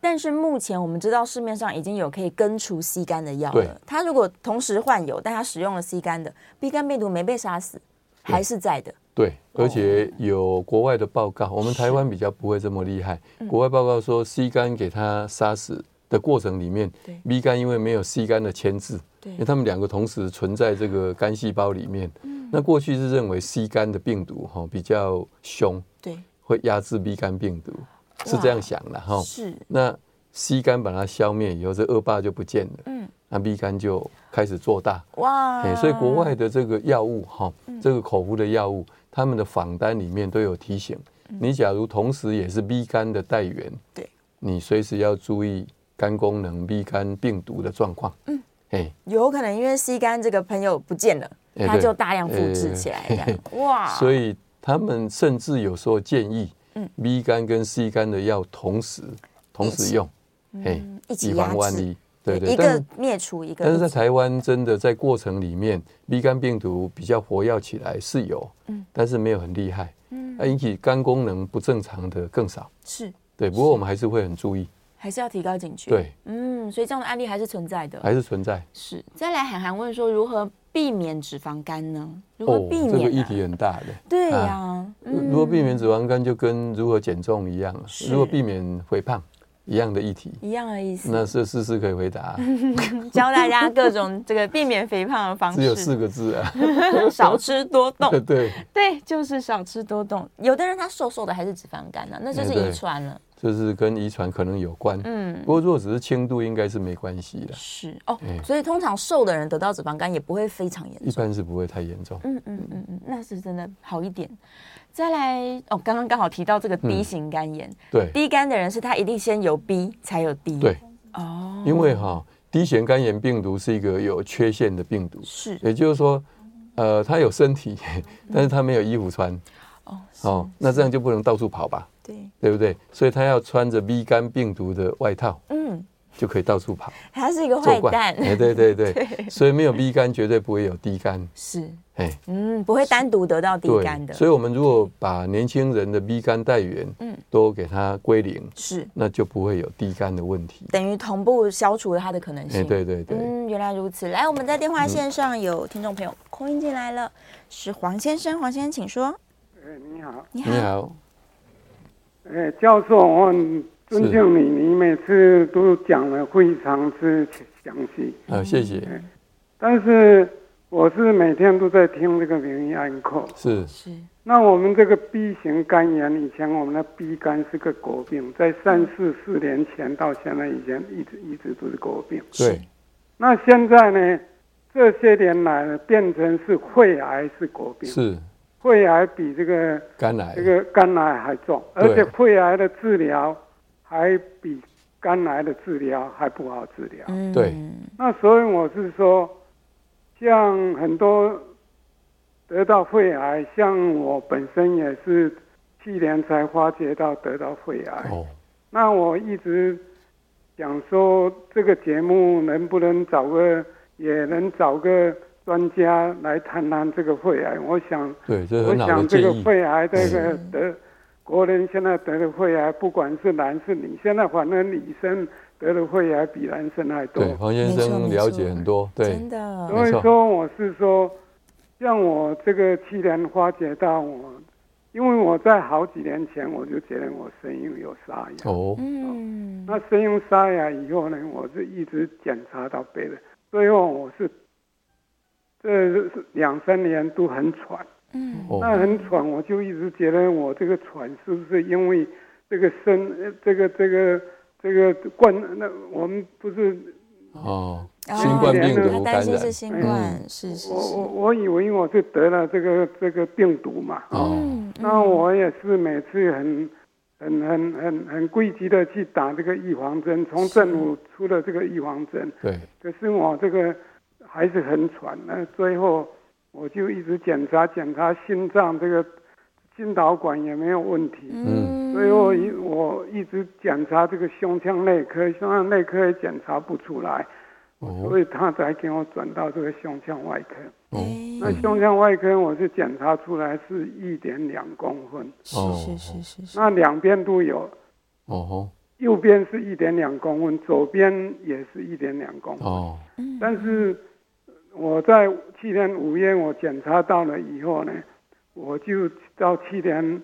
S1: 但是目前我们知道市面上已经有可以根除 C 肝的药
S2: 对
S1: 了。他如果同时患有，但他使用了 C 肝的，B 肝病毒没被杀死，还是在的。
S2: 对，
S1: 哦
S2: 而且有国外的报告，我们台湾比较不会这么厉害，
S1: 嗯
S2: 国外报告说 C 肝给它杀死。的过程里面
S1: 对
S2: ，B 肝因为没有 C 肝的牵制，
S1: 对
S2: 因为他们两个同时存在这个肝细胞里面。
S1: 嗯
S2: 那过去是认为 C 肝的病毒哈、比较凶，
S1: 对，
S2: 会压制 B 肝病毒，是这样想的哈。
S1: 是，
S2: 那 C 肝把它消灭以后，这恶霸就不见了，
S1: 嗯，
S2: 那 B 肝就开始做大。
S1: 哇
S2: 哎，所以国外的这个药物哈，这个口服的药物他们的访单里面都有提醒，你假如同时也是 B 肝的带源，
S1: 对，
S2: 你随时要注意肝功能 B 肝病毒的状况。嗯，哎，
S1: 有可能因为 C 肝这个朋友不见了，
S2: 哎
S1: 它就
S2: 对
S1: 大量复制起来这
S2: 哎
S1: 样，哇，
S2: 所
S1: 以
S2: 以他们甚至有时候建议，
S1: 嗯
S2: b 肝跟 C 肝的要同时同时用，哎，
S1: 一起
S2: 以防
S1: 压
S2: 万
S1: 制
S2: 一。对对，
S1: 一
S2: 但是
S1: 个灭除一个，
S2: 但是在台湾真的在过程里面，B 肝病毒比较活跃起来是有，
S1: 嗯
S2: 但是没有很厉害，嗯，那引起肝功能不正常的更少，
S1: 是
S2: 对。不过我们还是会很注意，
S1: 还是要提高警觉，
S2: 对，哎
S1: 嗯，所以这样的案例还是存在的，
S2: 还是存在。
S1: 是。再来，韩寒问说如何避免脂肪肝呢？如何
S2: 哦，
S1: 避
S2: 这
S1: 免、啊
S2: 个议题很大的。
S1: 对呀、嗯
S2: 如何避免脂肪肝，就跟如何减重一样啊，
S1: 是
S2: 如何避免肥胖一样的议题。
S1: 一样的意思。
S2: 那这四是可以回答啊，
S1: 教大家各种这个避免肥胖的方
S2: 只有
S1: 式，
S2: 四个字啊。
S1: 少吃多动。
S2: 对，
S1: 对，就是少吃多动。有的人他瘦瘦的还是脂肪肝呢、那就是
S2: 哎对
S1: 遗传了。
S2: 就是跟遗传可能有关。
S1: 嗯
S2: 不，过如果只是轻度，应该是没关系的，
S1: 是哦。
S2: 哎
S1: 所以通常瘦的人得到脂肪肝也不会非常严
S2: 一
S1: 重。
S2: 般是不会太严重。
S1: 嗯嗯嗯嗯，那是真的好一点。再来哦，刚刚刚好提到这个 D
S2: 嗯
S1: 型肝炎，
S2: 对
S1: D 肝的人是他一定先有 B 才有 D。
S2: 嗯对，
S1: 哦，
S2: 因为哈、低型肝炎病毒是一个有缺陷的病毒，
S1: 是
S2: 也就是说，呃，它有身体， 但是它没有衣服穿，
S1: 哦，
S2: 哦，那这样就不能到处跑吧，
S1: 对，
S2: 对不对？所以它要穿着 B 肝病毒的外套
S1: 嗯，
S2: 就可以到处跑，
S1: 他是一个坏蛋，
S2: 哎，对 对对，所以没有 B 肝绝对不会有 D 肝，
S1: 是，
S2: 哎，
S1: 嗯，不会单独得到 D
S2: 对
S1: 肝，的，
S2: 所以我们如果把年轻人的 B 肝带源，
S1: 嗯
S2: 都给它归零，
S1: 是
S2: 那就不会有 D 肝的问题。
S1: 等于同步消除了他的可能
S2: 哎，
S1: 性。
S2: 对对对，
S1: 嗯，原来如此。来，我们在电话线上有听众朋友空音进来了，是黄先生，黄先生请说。
S3: 哎，你好，
S1: 你好，
S2: 你好，
S3: 哎，教授，我很尊敬你，你每次都讲的非常之详细，
S2: 啊，谢谢，
S3: 但是我是每天都在听这个名医安扣。
S2: 是
S1: 是
S3: 那我们这个 B 型肝炎，以前我们的 B 肝是个国病，在三四四年前到现在，以前一直一直都是国病。
S2: 对。
S3: 那现在呢，这些年来呢，变成是肺癌是国病，
S2: 是
S3: 肺癌比这个
S2: 肝癌，
S3: 这个肝癌还重，而且肺癌的治疗还比肝癌的治疗还不好治疗。
S1: 嗯
S2: 对
S3: 那所以我是说，像很多得到肺癌，像我本身也是去年才发觉到得到肺癌。
S2: 哦，
S3: 那我一直想说，这个节目能不能找个，也能找个专家来谈谈这个肺癌？我想。
S2: 对，这是
S3: 我
S2: 很好的
S3: 想这个
S2: 建议。哎
S3: 肺癌，这个得国人现在得的肺癌，不管是男是女，现在反正女生得的肺癌比男生还多。
S2: 对，黄先生了解很多，对
S1: 真，的
S3: 所以
S2: 没
S3: 说
S2: 错
S3: 我是说，像我这个去年发觉到我，因为我在好几年前我就觉得我声音有沙哑，
S2: 哦，
S1: 嗯，
S3: 那声音沙哑以后呢，我就一直检查到别人，最后我是这两三年都很喘。嗯那
S2: 哦，
S3: 很喘，我就一直觉得我这个喘是不是因为这个身，呃这个这个这个冠，那我们不是
S2: 哦，
S1: 哦
S2: 新冠病
S1: 他
S2: 毒
S1: 担
S2: 感
S1: 心
S2: 染嗯
S1: 是，新冠，是是
S3: 我我
S1: 是，
S3: 我以为我是得了这个这个病毒嘛，
S2: 哦，
S1: 嗯
S3: 那我也是每次很很很很很规矩的去打这个预防针，从政府出了这个预防针，
S2: 对，
S3: 可是我这个还是很喘，那最后我就一直检查检查心脏这个心导管也没有问题，
S2: 嗯
S3: 所以我一我一直检查这个胸腔内科，胸腔内科也检查不出来，
S2: 哦，
S3: 所以他才给我转到这个胸腔外科。
S1: 哎
S2: 哦，
S3: 那胸腔外科我是检查出来是一点两公分，
S1: 是是是是是，
S3: 那两边都有，
S2: 哦，
S3: 右边是一点两公分，左边也是一点两公分。
S2: 哦，
S3: 但是呃我在去年五月我检查到了以后呢，我就到去年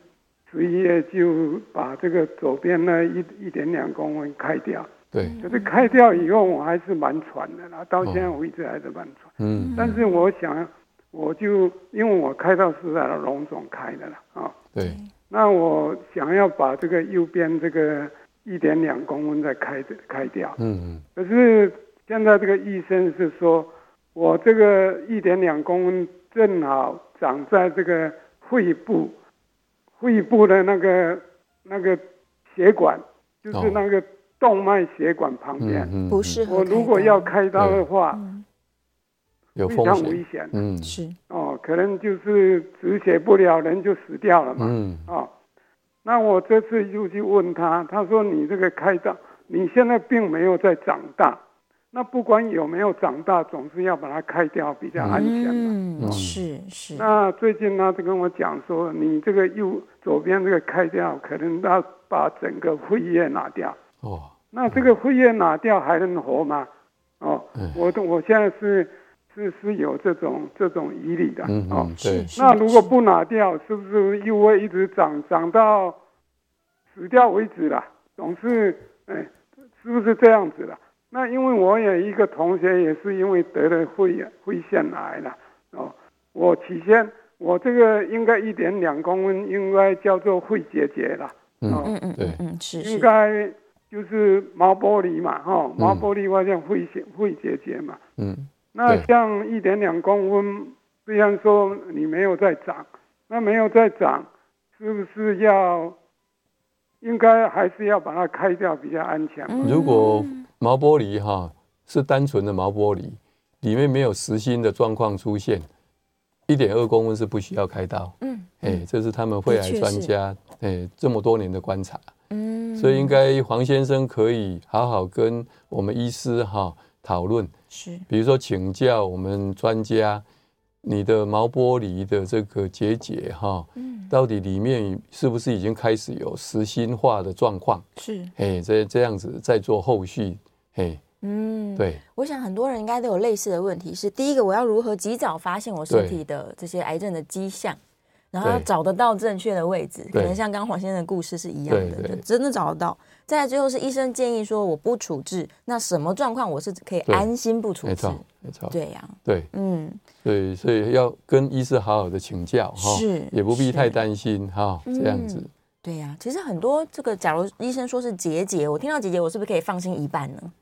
S3: 十一月就把这个左边呢一一点两公分开掉。
S2: 对，
S3: 可是开掉以后我还是蛮喘的啦，到现在为止还是蛮喘。
S2: 嗯，
S3: 但是我想，我就因为我开到是在龙总开的了啊，
S2: 对，
S3: 那我想要把这个右边这个一点两公分再开开掉。
S2: 嗯，
S3: 可是现在这个医生是说，我这个一点两公分正好长在这个肺部，肺部的那个那个血管，就是
S2: 哦
S3: 那个动脉血管旁边。
S2: 嗯
S1: 不适合
S3: 我
S1: 开
S3: 如果
S1: 刀
S3: 要开刀的话，
S1: 嗯
S2: 有
S3: 非
S2: 风
S3: 常危
S2: 险，
S3: 险
S2: 嗯
S1: 是
S3: 哦，可能就是止血不了，人就死掉了嘛。
S2: 嗯
S3: 哦，那我这次就去问他，他说你这个开刀，你现在并没有在长大，那不管有没有长大，总是要把它开掉比较安全嘛。
S1: 嗯
S2: 嗯
S1: 是是
S3: 那最近他就跟我讲说，你这个右左边这个开掉，可能要把整个肺叶拿掉。
S2: 哦，
S3: 那这个肺叶拿掉还能活吗？哦
S2: 嗯，
S3: 我都我现在是是是有这种这种疑虑的。
S2: 嗯
S3: 哦
S2: 嗯，，对，
S1: 是
S3: 那如果不拿掉，是不是又会一直长长到死掉为止啦？总是，哎，是不是这样子啦？那因为我有一个同学也是因为得了肺肺腺癌了，哦，我起先我这个应该一点两公分，应该叫做肺结节啦，
S2: 嗯
S1: 嗯嗯嗯
S2: 对
S1: 嗯是
S3: 应
S1: 是
S3: 该就是毛玻璃嘛，哈、毛玻璃外像肺结肺结节嘛，
S2: 嗯
S3: 那
S2: 对
S3: 像一点两公分，虽然说你没有在长，那没有在长，是不是要应该还是要把它开掉比较安全？
S1: 嗯
S2: 如果毛玻璃哈是单纯的毛玻璃，里面没有实心的状况出现，一点二公分是不需要开刀。
S1: 嗯
S2: 哎，这是他们肺
S1: 的
S2: 癌
S1: 确
S2: 专
S1: 是
S2: 家哎这么多年的观察，
S1: 嗯
S2: 所以应该黄先生可以好好跟我们医师哈讨论，
S1: 是
S2: 比如说请教我们专家，你的毛玻璃的这个结节哈，
S1: 嗯
S2: 到底里面是不是已经开始有实心化的状况？
S1: 是
S2: 哎，这这样子再做后续，哎，
S1: 嗯。
S2: 对，
S1: 我想很多人应该都有类似的问题，是第一个我要如何及早发现我身
S2: 对
S1: 体的这些癌症的迹象，然后要
S2: 对
S1: 找得到正确的位置，可
S2: 对
S1: 能像刚刚黄先生的故事是一样的，
S2: 对对
S1: 就真的找得到。再来最后是医生建议说我不处置，那什么状况我是可以
S2: 对
S1: 安心不处
S2: 没
S1: 置
S2: 错？，没错，
S1: 对呀、
S2: 对
S1: 嗯，
S2: 对，所以要跟医师好好的请教哈
S1: 是，
S2: 哦也不必
S1: 是
S2: 太担心哈，这样子
S1: 嗯，对呀、其实很多这个，假如医生说是结节，我听到结节，我是不是可以放心一半呢？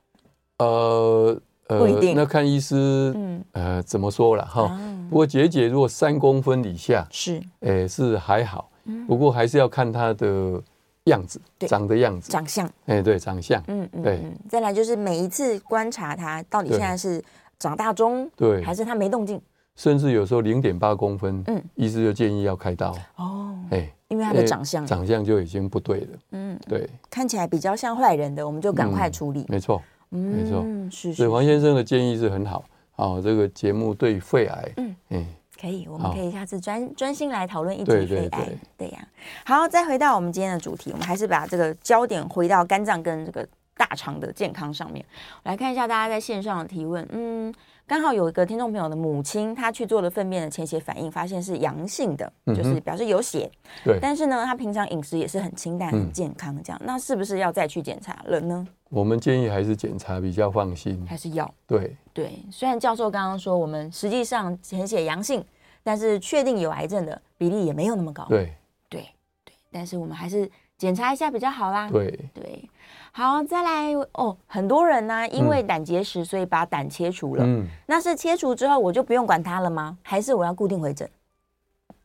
S2: 呃
S1: 不一定
S2: 那看医师
S1: 嗯，
S2: 呃怎么说了哈。
S1: 啊
S2: 不过结节如果三公分以下，
S1: 是
S2: 诶是还好，不过还是要看它的样子
S1: 嗯对，
S2: 长的样子，
S1: 长相。
S2: 哎对，长相，
S1: 嗯嗯，
S2: 对
S1: 嗯，再来就是每一次观察他到底现在是长大中，
S2: 对
S1: 还是他没动静
S2: 甚至有时候零点八公分，
S1: 嗯
S2: 医师就建议要开刀，
S1: 哦，
S2: 哎，
S1: 因为他
S2: 他
S1: 的长相，
S2: 长相就已经不对了，
S1: 嗯，
S2: 对，
S1: 看起来比较像坏人的，我们就赶快处理。
S2: 没错。嗯没错
S1: 嗯，是
S2: 所以
S1: 是，
S2: 黄先生的建议是很好，好、这个节目对肺癌，
S1: 嗯
S2: 嗯
S1: 可以，我们
S2: 好
S1: 可以下次专专心来讨论一
S2: 对
S1: 级肺
S2: 对
S1: 癌
S2: 对，
S1: 对呀。好，再回到我们今天的主题，我们还是把这个焦点回到肝脏跟这个大肠的健康上面。来看一下大家在线上的提问，嗯，刚好有一个听众朋友的母亲，她去做了粪便的潜血反应，发现是阳性的，就
S2: 嗯
S1: 是
S2: 哼
S1: 表示有血，
S2: 对，嗯
S1: 但是呢，他平常饮食也是很清淡、很健康，这样，那是不是要再去检查了呢？
S2: 我们建议还是检查比较放心。
S1: 还是要？
S2: 对，
S1: 对，虽然教授刚刚说我们实际上潜血阳性，但是确定有癌症的比例也没有那么高。
S2: 对，
S1: 对对但是我们还是检查一下比较好啦。
S2: 对，
S1: 对好，再来哦，很多人呢、因为胆结石，所以把胆切除了。
S2: 嗯，
S1: 那是切除之后我就不用管它了吗？还是我要固定回诊？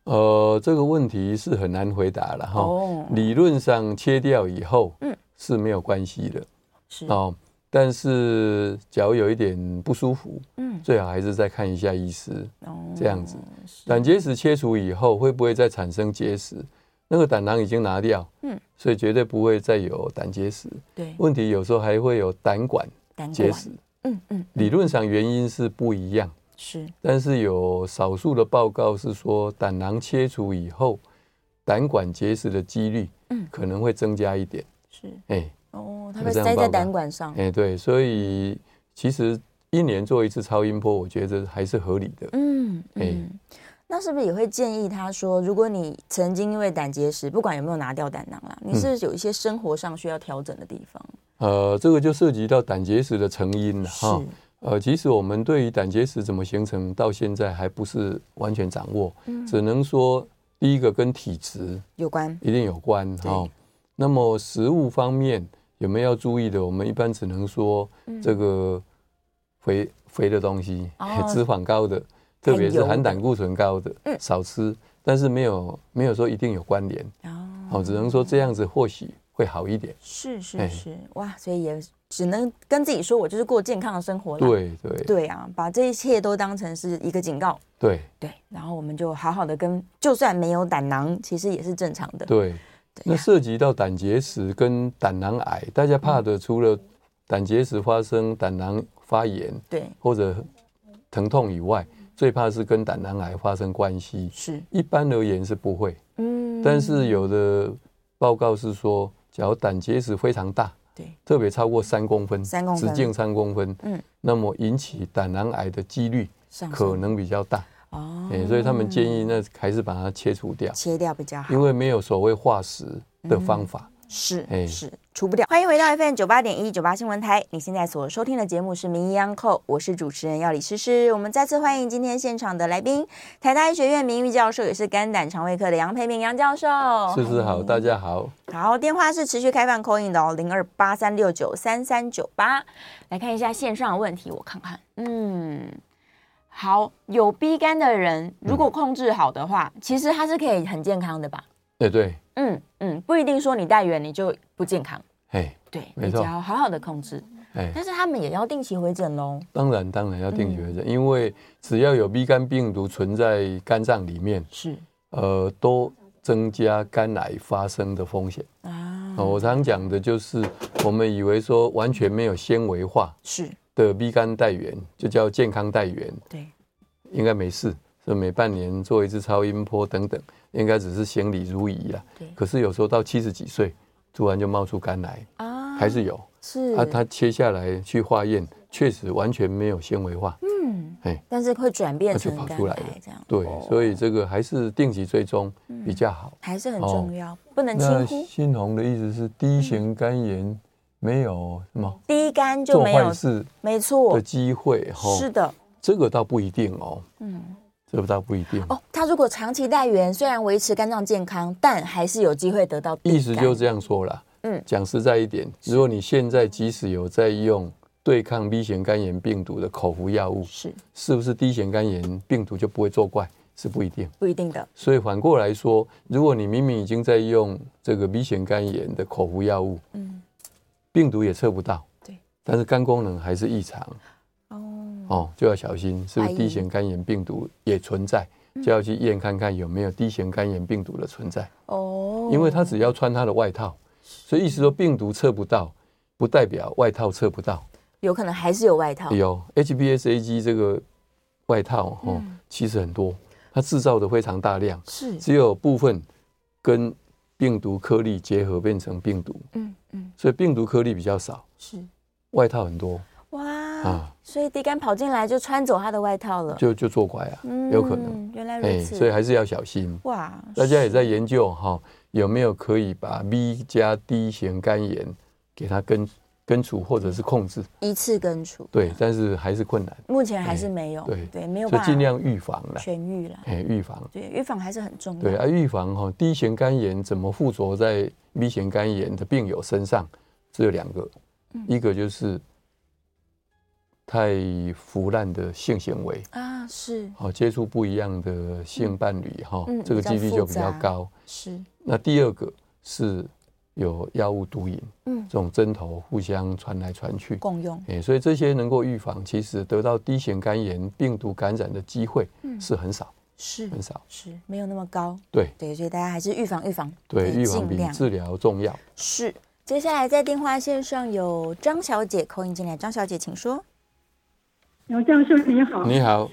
S2: 呃，这个问题是很难回答了哈。
S1: 哦
S2: 理论上切掉以后，
S1: 嗯
S2: 嗯，是没有关系的
S1: 是，
S2: 哦。但是，假如有一点不舒服，
S1: 嗯，
S2: 最好还是再看一下医师。
S1: 哦
S2: 这样子
S1: 是
S2: 胆结石切除以后，会不会再产生结石？那个胆囊已经拿掉，
S1: 嗯
S2: 嗯，所以绝对不会再有胆结石。
S1: 对，
S2: 问题有时候还会有胆管
S1: 胆
S2: 结
S1: 管
S2: 石，，
S1: 嗯嗯，
S2: 理论上原因是不一样，
S1: 是
S2: 但是有少数的报告是说胆囊切除以后，胆管结石的几率
S1: 嗯
S2: 可能会增加一点。
S1: 是。
S2: 哎
S1: 哦，它
S2: 有
S1: 会
S2: 这样
S1: 塞
S2: 报
S1: 在
S2: 告
S1: 胆管上。
S2: 哎，对，所以其实一年做一次超音波，我觉得还是合理的。
S1: 嗯
S2: 哎
S1: 嗯，那是不是也会建议他说，如果你曾经因为胆结石，不管有没有拿掉胆囊啦，你
S2: 嗯
S1: 是不是有一些生活上需要调整的地方？
S2: 呃，这个就涉及到胆结石的成因了哈
S1: 是。，
S2: 呃，其实我们对于胆结石怎么形成，到现在还不是完全掌握，
S1: 嗯
S2: 只能说第一个跟体质
S1: 有关。
S2: 一定有关哈、那么食物方面有没有要注意的？我们一般只能说这个肥、肥的东西、
S1: 嗯哦
S2: 脂肪高的，特别是含胆固醇高的，
S1: 嗯
S2: 少吃。但是没有没有说一定有关联，
S1: 哦，
S2: 哦，只能说这样子或许会好一点。
S1: 是是
S2: 哎
S1: 是，哇，所以也只能跟自己说，我就是过健康的生活啦。
S2: 对对
S1: 对啊，把这一切都当成是一个警告。
S2: 对
S1: 对，然后我们就好好的跟，就算没有胆囊，其实也是正常的。
S2: 对，
S1: 对
S2: 那
S1: 呀，
S2: 涉及到胆结石跟胆囊癌，大家怕的除了胆结石发生、胆囊发炎
S1: 对，
S2: 或者疼痛以外，
S1: 嗯
S2: 最怕是跟胆囊癌发生关系。
S1: 是，
S2: 一般而言是不会，
S1: 嗯
S2: 但是有的报告是说，假如胆结石非常大，
S1: 对，
S2: 特别超过三公分，
S1: 3公分
S2: 直径三公分，
S1: 嗯，
S2: 那么引起胆囊癌的几率
S1: 上
S2: 可
S1: 升
S2: 能比较大，
S1: 哦
S2: 哎、所以他们建议那还是把它切除掉，
S1: 切掉比较好
S2: 因。为没有所谓化石的方法。
S1: 是
S2: 哎
S1: 是，除不掉。欢迎回到 FM 九八点一九八新闻台，你现在所收听的节目是《名医央叩》，我是主持人要李诗诗。我们再次欢迎今天现场的来宾，台大医学院名誉教授，也是肝胆肠胃科的杨培明杨教授。
S2: 是不是好？大家好，
S1: 好，电话是持续开放 call in 的哦，零二八三六九三三九八。来看一下线上的问题，我看看。嗯，好，有 B 肝的人如果控制好的话，其实他是可以很健康的吧？
S2: 对哎对，
S1: 嗯嗯，不一定说你带源你就不健康，
S2: 哎
S1: 对，
S2: 没
S1: 你只
S2: 错
S1: 要好好的控制。
S2: 哎，
S1: 但是他们也要定期回诊喽。
S2: 当然当然要定期回诊，因为只要有 B 肝病毒存在肝脏里面，
S1: 是
S2: 呃，都增加肝癌发生的风险。
S1: 啊，
S2: 哦，我常讲的就是，我们以为说完全没有纤维化
S1: 是，
S2: 的 B 肝带源，就叫健康带源，
S1: 对，
S2: 应该没事，是每半年做一次超音波等等，应该只是行礼如仪啦
S1: 对。
S2: 可是有时候到七十几岁，突然就冒出肝癌，
S1: 啊，
S2: 还是有。
S1: 是
S2: 啊，它切下来去化验，确实完全没有纤维化。
S1: 嗯，
S2: 哎
S1: 但是会转变
S2: 它就
S1: 成
S2: 跑
S1: 肝
S2: 出来
S1: 癌
S2: 了
S1: 这样，
S2: 对，所
S1: 以
S2: 以这个还是定期追踪比较好。
S1: 还嗯是很
S2: 哦
S1: 重要，不能
S2: 那
S1: 轻忽。嗯
S2: 新红的意思是第一型肝炎没有什么
S1: 第一肝就
S2: 做
S1: 没有
S2: 坏，事
S1: 没错
S2: 的，机会哈。
S1: 是的，
S2: 这个倒不一定哦，
S1: 嗯，
S2: 这个倒不一定。
S1: 哦，他如果长期带源，虽然维持肝脏健康，但还是有机会得到
S2: 意思就是
S1: 是
S2: 这样说啦。
S1: 嗯
S2: 讲实在一点，如果你现在即使有在用对抗 B 型肝炎病毒的口服药物，
S1: 是
S2: 是不是 D 型肝炎病毒就不会作怪？是不一定。
S1: 不一定的，
S2: 所以反过来说，如果你明明已经在用这个 B 型肝炎的口服药物，
S1: 嗯，
S2: 病毒也测不到，
S1: 对，
S2: 但是肝功能还是异常，
S1: 哦，
S2: 哦，就要小心，是不
S1: 怀
S2: 是
S1: 疑嗯
S2: D 型肝炎病毒也存在，就要去验看看有没有 D 型肝炎病毒的存在，
S1: 哦，
S2: 因为它只要穿它的外套，所以意思说病毒测不到，不代表外套测不到。哎
S1: 有可能还是有外套，
S2: 有 HBsAg 这个外套哦，
S1: 嗯
S2: 其实很多，它制造的非常大量，
S1: 是，
S2: 只有部分跟病毒颗粒结合变成病毒，
S1: 嗯嗯，
S2: 所以病毒颗粒比较少，
S1: 是，
S2: 外套很多，
S1: 哇，
S2: 啊
S1: 所以 D 肝跑进来就穿走他的外套了，
S2: 就就作怪啊，有可能。
S1: 嗯，原来
S2: 哎、
S1: 如此，
S2: 所以还是要小心。
S1: 哇，
S2: 大家也在研究哈、有没有可以把 B 加 D 型肝炎给它根根除或者是控制？
S1: 一次根除，
S2: 对，但是还是困难，
S1: 目前还是没有，
S2: 对
S1: 没有
S2: 所
S1: 办法
S2: 以尽量预防啦。
S1: 痊愈啦，
S2: 哎，预防。
S1: 对，预防还是很重要，
S2: 对啊，预防哈、D 型肝炎怎么附着在 B 型肝炎的病友身上？只有两个，
S1: 嗯
S2: 一个就是太腐烂的性行为，
S1: 啊，是
S2: 哦，接触不一样的性伴侣哈、
S1: 嗯
S2: 这个几率就比较
S1: 比较复杂
S2: 高。
S1: 是，
S2: 那第二个是有药物毒瘾，
S1: 嗯
S2: 这种针头互相传来传去，
S1: 共用。
S2: 诶，所以这些能够预防，其实得到低型肝炎病毒感染的机会
S1: 嗯
S2: 是很少、
S1: 是
S2: 很少。
S1: 是没有那么高，
S2: 对
S1: 对，所以大家还是预防预防，
S2: 对，预防
S1: 尽
S2: 比
S1: 量
S2: 治疗重要。
S1: 是。接下来在电话线上有张小姐扣音进来，张小姐请说。
S4: 刘教授哦你好，
S2: 你好，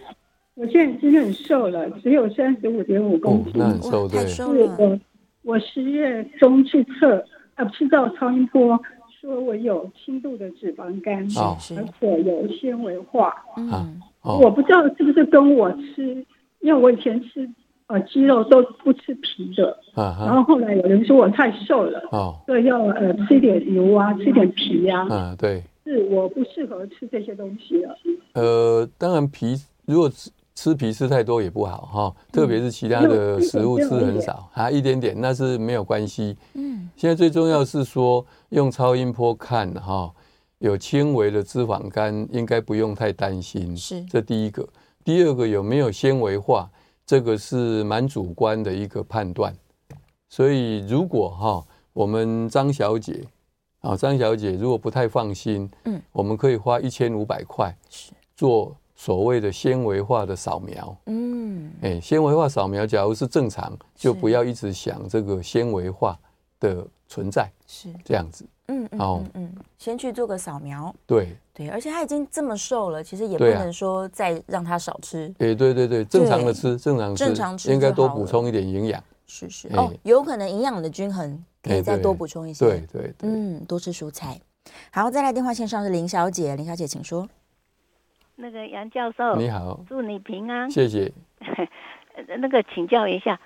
S4: 我现在已经很瘦了，只有三十五点五
S2: 哦
S4: 公，斤。
S2: 那很
S1: 哇
S2: 瘦
S1: 太
S2: 对，
S1: 瘦
S4: 对
S1: 了，
S4: 我我十月中去测，啊，去照超音波，说我有轻度的脂肪肝，
S2: 哦
S1: 是
S4: 而
S1: 是，
S4: 且有纤维化。
S1: 嗯，
S4: 我
S2: 哦，
S4: 不知道是不是跟我吃，因为我以前吃呃鸡肉都不吃皮的，
S2: 啊
S4: 然
S2: 哈，
S4: 后后来有人说我太瘦了，
S2: 哦，
S4: 所以要呃吃一点油啊，吃一点皮呀、啊，
S2: 嗯，对，
S4: 是我不适合吃这些东西了。
S2: 呃，当然皮如果吃吃皮吃太多也不好哈、特别是其他的食物吃很少，啊，一点点那是没有关系。
S1: 嗯，
S2: 现在最重要是说用超音波看哈、有轻微的脂肪肝应该不用太担心，
S1: 是
S2: 这第一个。第二个有没有纤维化？这个是蛮主观的一个判断。所以如果哈、我们张小姐啊，张小姐如果不太放心，
S1: 嗯，
S2: 我们可以花一千五百块
S1: 是，
S2: 做所谓的纤维化的扫描。
S1: 嗯，
S2: 哎，纤维化扫描，假如是正常，就是不要一直想这个纤维化的存在
S1: 是，
S2: 这样子。
S1: 嗯嗯
S2: 哦
S1: 嗯嗯，先去做个扫描，
S2: 对，
S1: 对，而且他已经这么瘦了，其实也不
S2: 对啊
S1: 能说再让他少吃，
S2: 哎，对对对，正常
S1: 对
S2: 的吃，正常吃，
S1: 正常吃
S2: 应该
S1: 就
S2: 多
S1: 好
S2: 补
S1: 了
S2: 充一点营养。
S1: 是是，
S2: 哎
S1: 哦，有可能营养的均衡可以
S2: 哎
S1: 再
S2: 对
S1: 多补充一些，
S2: 对对对。
S1: 嗯，多吃蔬菜。好，再来电话线上是林小姐，林小姐请说。
S5: 那个杨教
S1: 嗯
S5: 授，
S2: 你好，
S5: 祝你平安。
S2: 谢谢。
S5: 呃那个请教一下，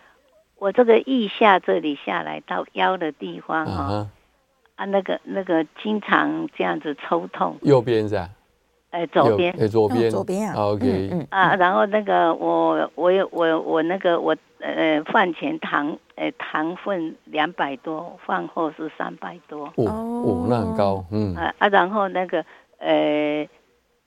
S5: 我这个腋下这里下来到腰的地方
S1: 嗯
S2: 啊
S5: 哈、
S2: 哈，
S5: 啊，那个那个经常这样子抽痛，
S2: 右边是吧？
S5: 哎、
S2: 右
S5: 左边
S2: 哎，左
S1: 哦
S2: 边，
S1: 左边啊
S2: 好 OK，
S1: 嗯嗯
S5: 啊，然后那个我我有我我那个我呃饭前糖呃糖分两百多，饭后是三百多，
S2: 哦
S1: 哦
S2: 哦，那很高，嗯
S5: 啊啊，然后那个呃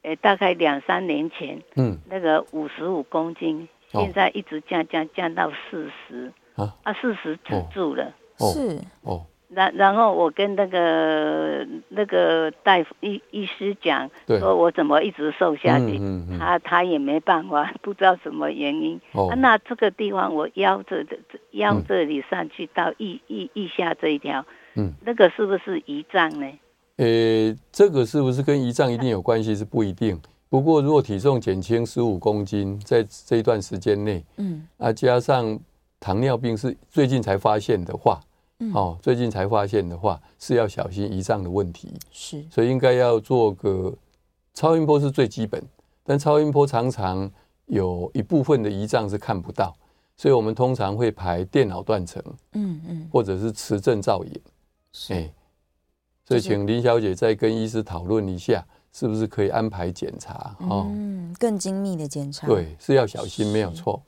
S5: 呃大概两三年前
S2: 嗯，
S5: 那个五十五公斤，
S2: 哦
S5: 现在一直降降降到四十
S2: 啊
S5: 啊，四十止住了。
S2: 哦
S1: 是，
S2: 哦，
S5: 然然后我跟那个那个大夫医医师讲，
S2: 对，
S5: 说我怎么一直瘦下去，
S2: 嗯嗯嗯
S5: 他他也没办法， 不知道什么原因。
S2: 哦
S5: 啊、那这个地方我腰这这这腰
S2: 嗯
S5: 这里上去到腋腋腋下这一条，
S2: 嗯，
S5: 那个是不是胰脏呢？
S2: 呃，这个是不是跟胰脏一定有关系？是不一定。不过，如果体重减轻十五公斤，在这一段时间内，
S1: 嗯
S2: 啊，加上糖尿病是最近才发现的话，
S1: 嗯
S2: 哦，最近才发现的话是要小心胰脏的问题，
S1: 是，
S2: 所以应该要做个超音波是最基本，但超音波常常有一部分的胰脏是看不到，所以我们通常会排电脑断层
S1: 嗯嗯
S2: 或者是磁振造影。
S1: 是
S2: 哎、所以
S1: 就是
S2: 请林小姐再跟医师讨论一下，是不是可以安排检查哦？
S1: 嗯，更精密的检查。，
S2: 对，是要小心，
S1: 是
S2: 没有错。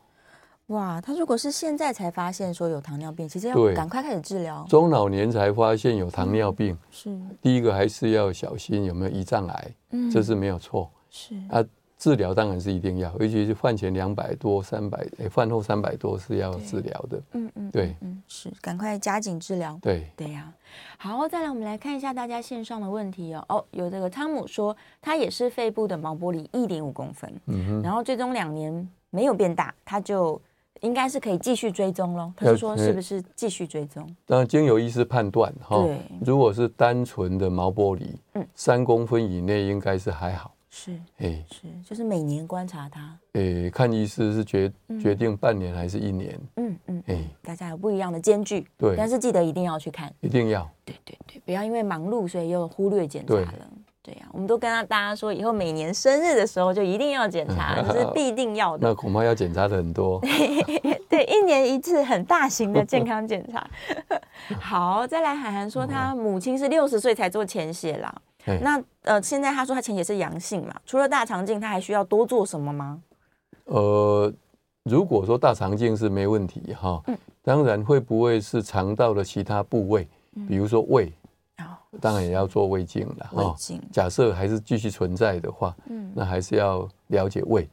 S1: 哇，他如果是现在才发现说有糖尿病，其实要
S2: 对
S1: 赶快开始治疗。
S2: 中老年才发现有糖尿病，
S1: 是，
S2: 第一个还是要小心有没有胰脏癌，
S1: 嗯
S2: 这是没有错。
S1: 是，
S2: 啊，治疗当然是一定要，尤其是饭前两百多、三百，哎，饭后三百多是要治疗的。
S1: 嗯嗯，
S2: 对
S1: 嗯，是，赶快加紧治疗。
S2: 对，
S1: 对呀、好，再来我们来看一下大家线上的问题哦。哦，有这个汤姆说他也是肺部的毛玻璃一点五公分，
S2: 嗯哼，
S1: 然后追踪两年没有变大，他就应该是可以继续追踪喽。他
S2: 要
S1: 是说是
S2: 呃
S1: 不是继续追踪？
S2: 当然经由医师判断哈、
S1: 对
S2: 如果是单纯的毛玻璃
S1: 嗯，
S2: 三、公分以内应该是还好，
S1: 是
S2: 哎、
S1: 是，就是每年观察他。
S2: 诶，看医师是决
S1: 嗯
S2: 决定半年还是一年，
S1: 嗯嗯，
S2: 诶，
S1: 大家有不一样的间距，
S2: 对
S1: 但是记得一定要去看。
S2: 一定要
S1: 对对对，不要因为忙碌所以又忽略检查
S2: 对
S1: 了。对呀、我们都跟他大家说，以后每年生日的时候就一定要检 查，这是必定要的。
S2: 那恐怕要检查的很 多。
S1: 对，一年一次很大型的健康检查。 好，再来，涵涵
S2: 嗯
S1: 说他母亲是六十岁才做潜血啦。
S2: 嘿
S1: 那呃，现在他说他潜血是阳性嘛？除了大肠镜，他还需要多做什么吗？
S2: 呃，如果说大肠镜是没问题哈，
S1: 嗯
S2: 当然会不会是肠道的其他部位，比如说胃，
S1: 哦，
S2: 当然也要做胃镜了
S1: 嗯胃
S2: 哈。
S1: 镜
S2: 假设还是继续存在的话，
S1: 嗯
S2: 哦那还是要了解胃。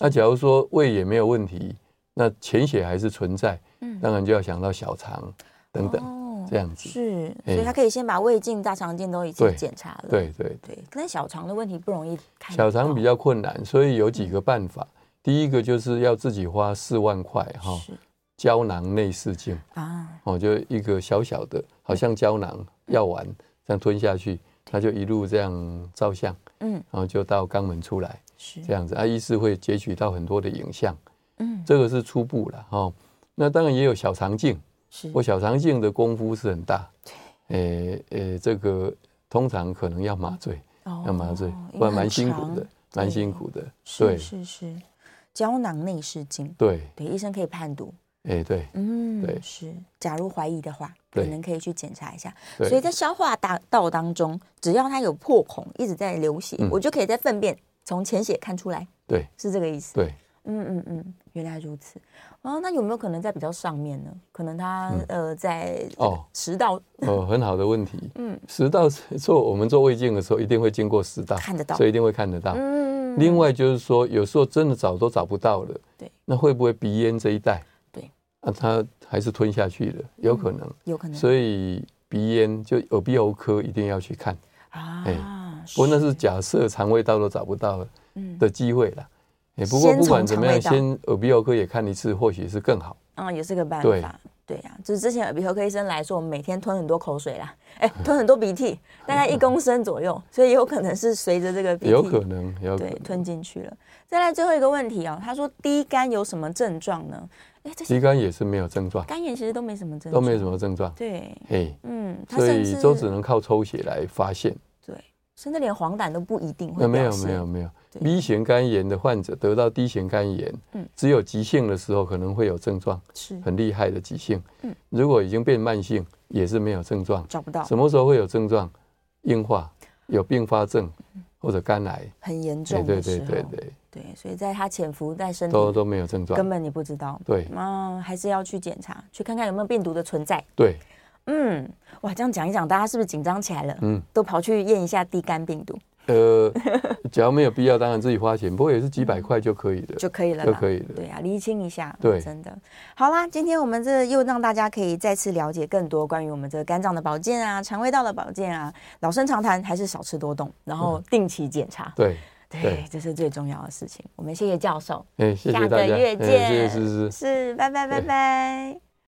S2: 那假如说胃也没有问题，那潜血还是存在，
S1: 嗯
S2: 当然就要想到小肠等等
S1: 哦
S2: 这样子。
S1: 是，所
S2: 哎
S1: 以他可以先把胃镜、大肠镜都一起
S2: 对
S1: 检查了。
S2: 对对
S1: 对，但小肠的问题不容易看
S2: 小
S1: 得到。
S2: 肠比较困难，所以有几个办法。第一个就是要自己花四万块哈、
S1: 是
S2: 胶囊内视镜
S1: 啊，
S2: 哦，就一个小小的，好像胶囊药丸这样吞下去，它就一路这样照相，
S1: 嗯，
S2: 然后就到肛门出来
S1: 是
S2: 这样子。啊，医师会截取到很多的影像，
S1: 嗯，
S2: 这个是初步了哈、哦。那当然也有小肠镜，
S1: 是
S2: 我小肠镜的功夫是很大，诶诶，这个通常可能要麻醉，
S1: 哦
S2: 要麻醉，不然蛮辛苦的，蛮辛苦的。
S1: 是
S2: 对
S1: 是是，胶囊内视镜，
S2: 对，
S1: 对，医生可以判读。
S2: 哎对
S1: 嗯，
S2: 对
S1: 是。假如怀疑的话，可
S2: 对
S1: 能可以去检查一下。
S2: 对，
S1: 所以在消化大道当中，只要它有破孔，一直在流血，
S2: 嗯
S1: 我就可以在粪便从潜血看出来，
S2: 对
S1: 是这个意思。
S2: 对，
S1: 嗯嗯嗯，原来如此。哦，那有没有可能在比较上面呢？可能它、
S2: 嗯
S1: 呃在
S2: 哦
S1: 食道
S2: 哦，很好的问题。
S1: 嗯
S2: 嗯，食道是做我们做胃镜的时候，一定会经过食道，
S1: 看得到
S2: 所以一定会看得到。
S1: 嗯，
S2: 另外就是说，有时候真的找都找不到了，
S1: 对，
S2: 那会不会鼻咽这一带？
S1: 对，嗯
S2: 啊，他还是吞下去了，有可能。
S1: 有可能。
S2: 所以鼻咽就耳鼻喉科一定要去看。
S1: 啊，
S2: 哎不过那是假设肠胃道都找不到
S1: 嗯
S2: 的机会啦。哎，不过
S1: 先
S2: 不管
S1: 从
S2: 怎么样，
S1: 肠胃道
S2: 先耳鼻喉科也看一次，或许是更好。
S1: 啊，也是个办
S2: 对
S1: 法。对呀、就是之前耳鼻喉科医生来说，我们每天吞很多口水啦，哎、吞很多鼻涕，大概一公升左右，所以有可能是随着这个鼻涕
S2: 有可能，有可
S1: 对
S2: 能。
S1: 吞进去了。再来最后一个问题哦，他说低肝有什么症状呢？哎、这些
S2: 乙肝也是没有症状，
S1: 肝炎其实都没什么症
S2: 都
S1: 状，
S2: 没有什么症状。
S1: 对，
S2: 嘿，
S1: 嗯，他
S2: 所
S1: 甚
S2: 以
S1: 至
S2: 都只能靠抽血来发现。
S1: 对，甚至连黄疸都不一定会
S2: 呃那没
S1: 表
S2: 有
S1: 现。
S2: 没有没有
S1: 对
S2: ，B 型肝炎的患者得到 D 型肝炎，
S1: 嗯
S2: 只有急性的时候可能会有症状，
S1: 是
S2: 很厉害的急性。
S1: 嗯
S2: 如果已经变慢性，也是没有症状。
S1: 找不到，
S2: 什么时候会有症状？硬化、有并发症或者肝癌，
S1: 很严
S2: 对
S1: 重
S2: 对
S1: 嗯的时
S2: 对
S1: 候，
S2: 对对，
S1: 对所以在他潜伏在身体
S2: 都都没有症
S1: 根
S2: 状。
S1: 本你不知道，
S2: 对
S1: 嗯，还是要去检查，去看看有没有病毒的存在。
S2: 对，
S1: 嗯，哇，这样讲一讲，大家是不是紧张起来了？
S2: 嗯，
S1: 都跑去验一下低肝病毒
S2: 呃， 只要没有必要，当然自己花钱，不过也是几百块就可以的，
S1: 就可以了
S2: 就
S1: 啦。
S2: 可以的。
S1: 对啊，厘清一下，
S2: 对
S1: 真的。好啦，今天我们这又让大家可以再次了解更多关于我们这个肝脏的保健啊、肠胃道的保健啊。老生常谈，还是少吃多动，然后定期检查，
S2: 嗯对，
S1: 对，这是最重要的事情。我们谢谢教授，
S2: 哎，谢
S1: 下
S2: 谢大
S1: 个
S2: 家，
S1: 月
S2: 哎
S1: 见，
S2: 谢谢思思。
S1: 是，拜拜，拜
S2: 对
S1: 拜。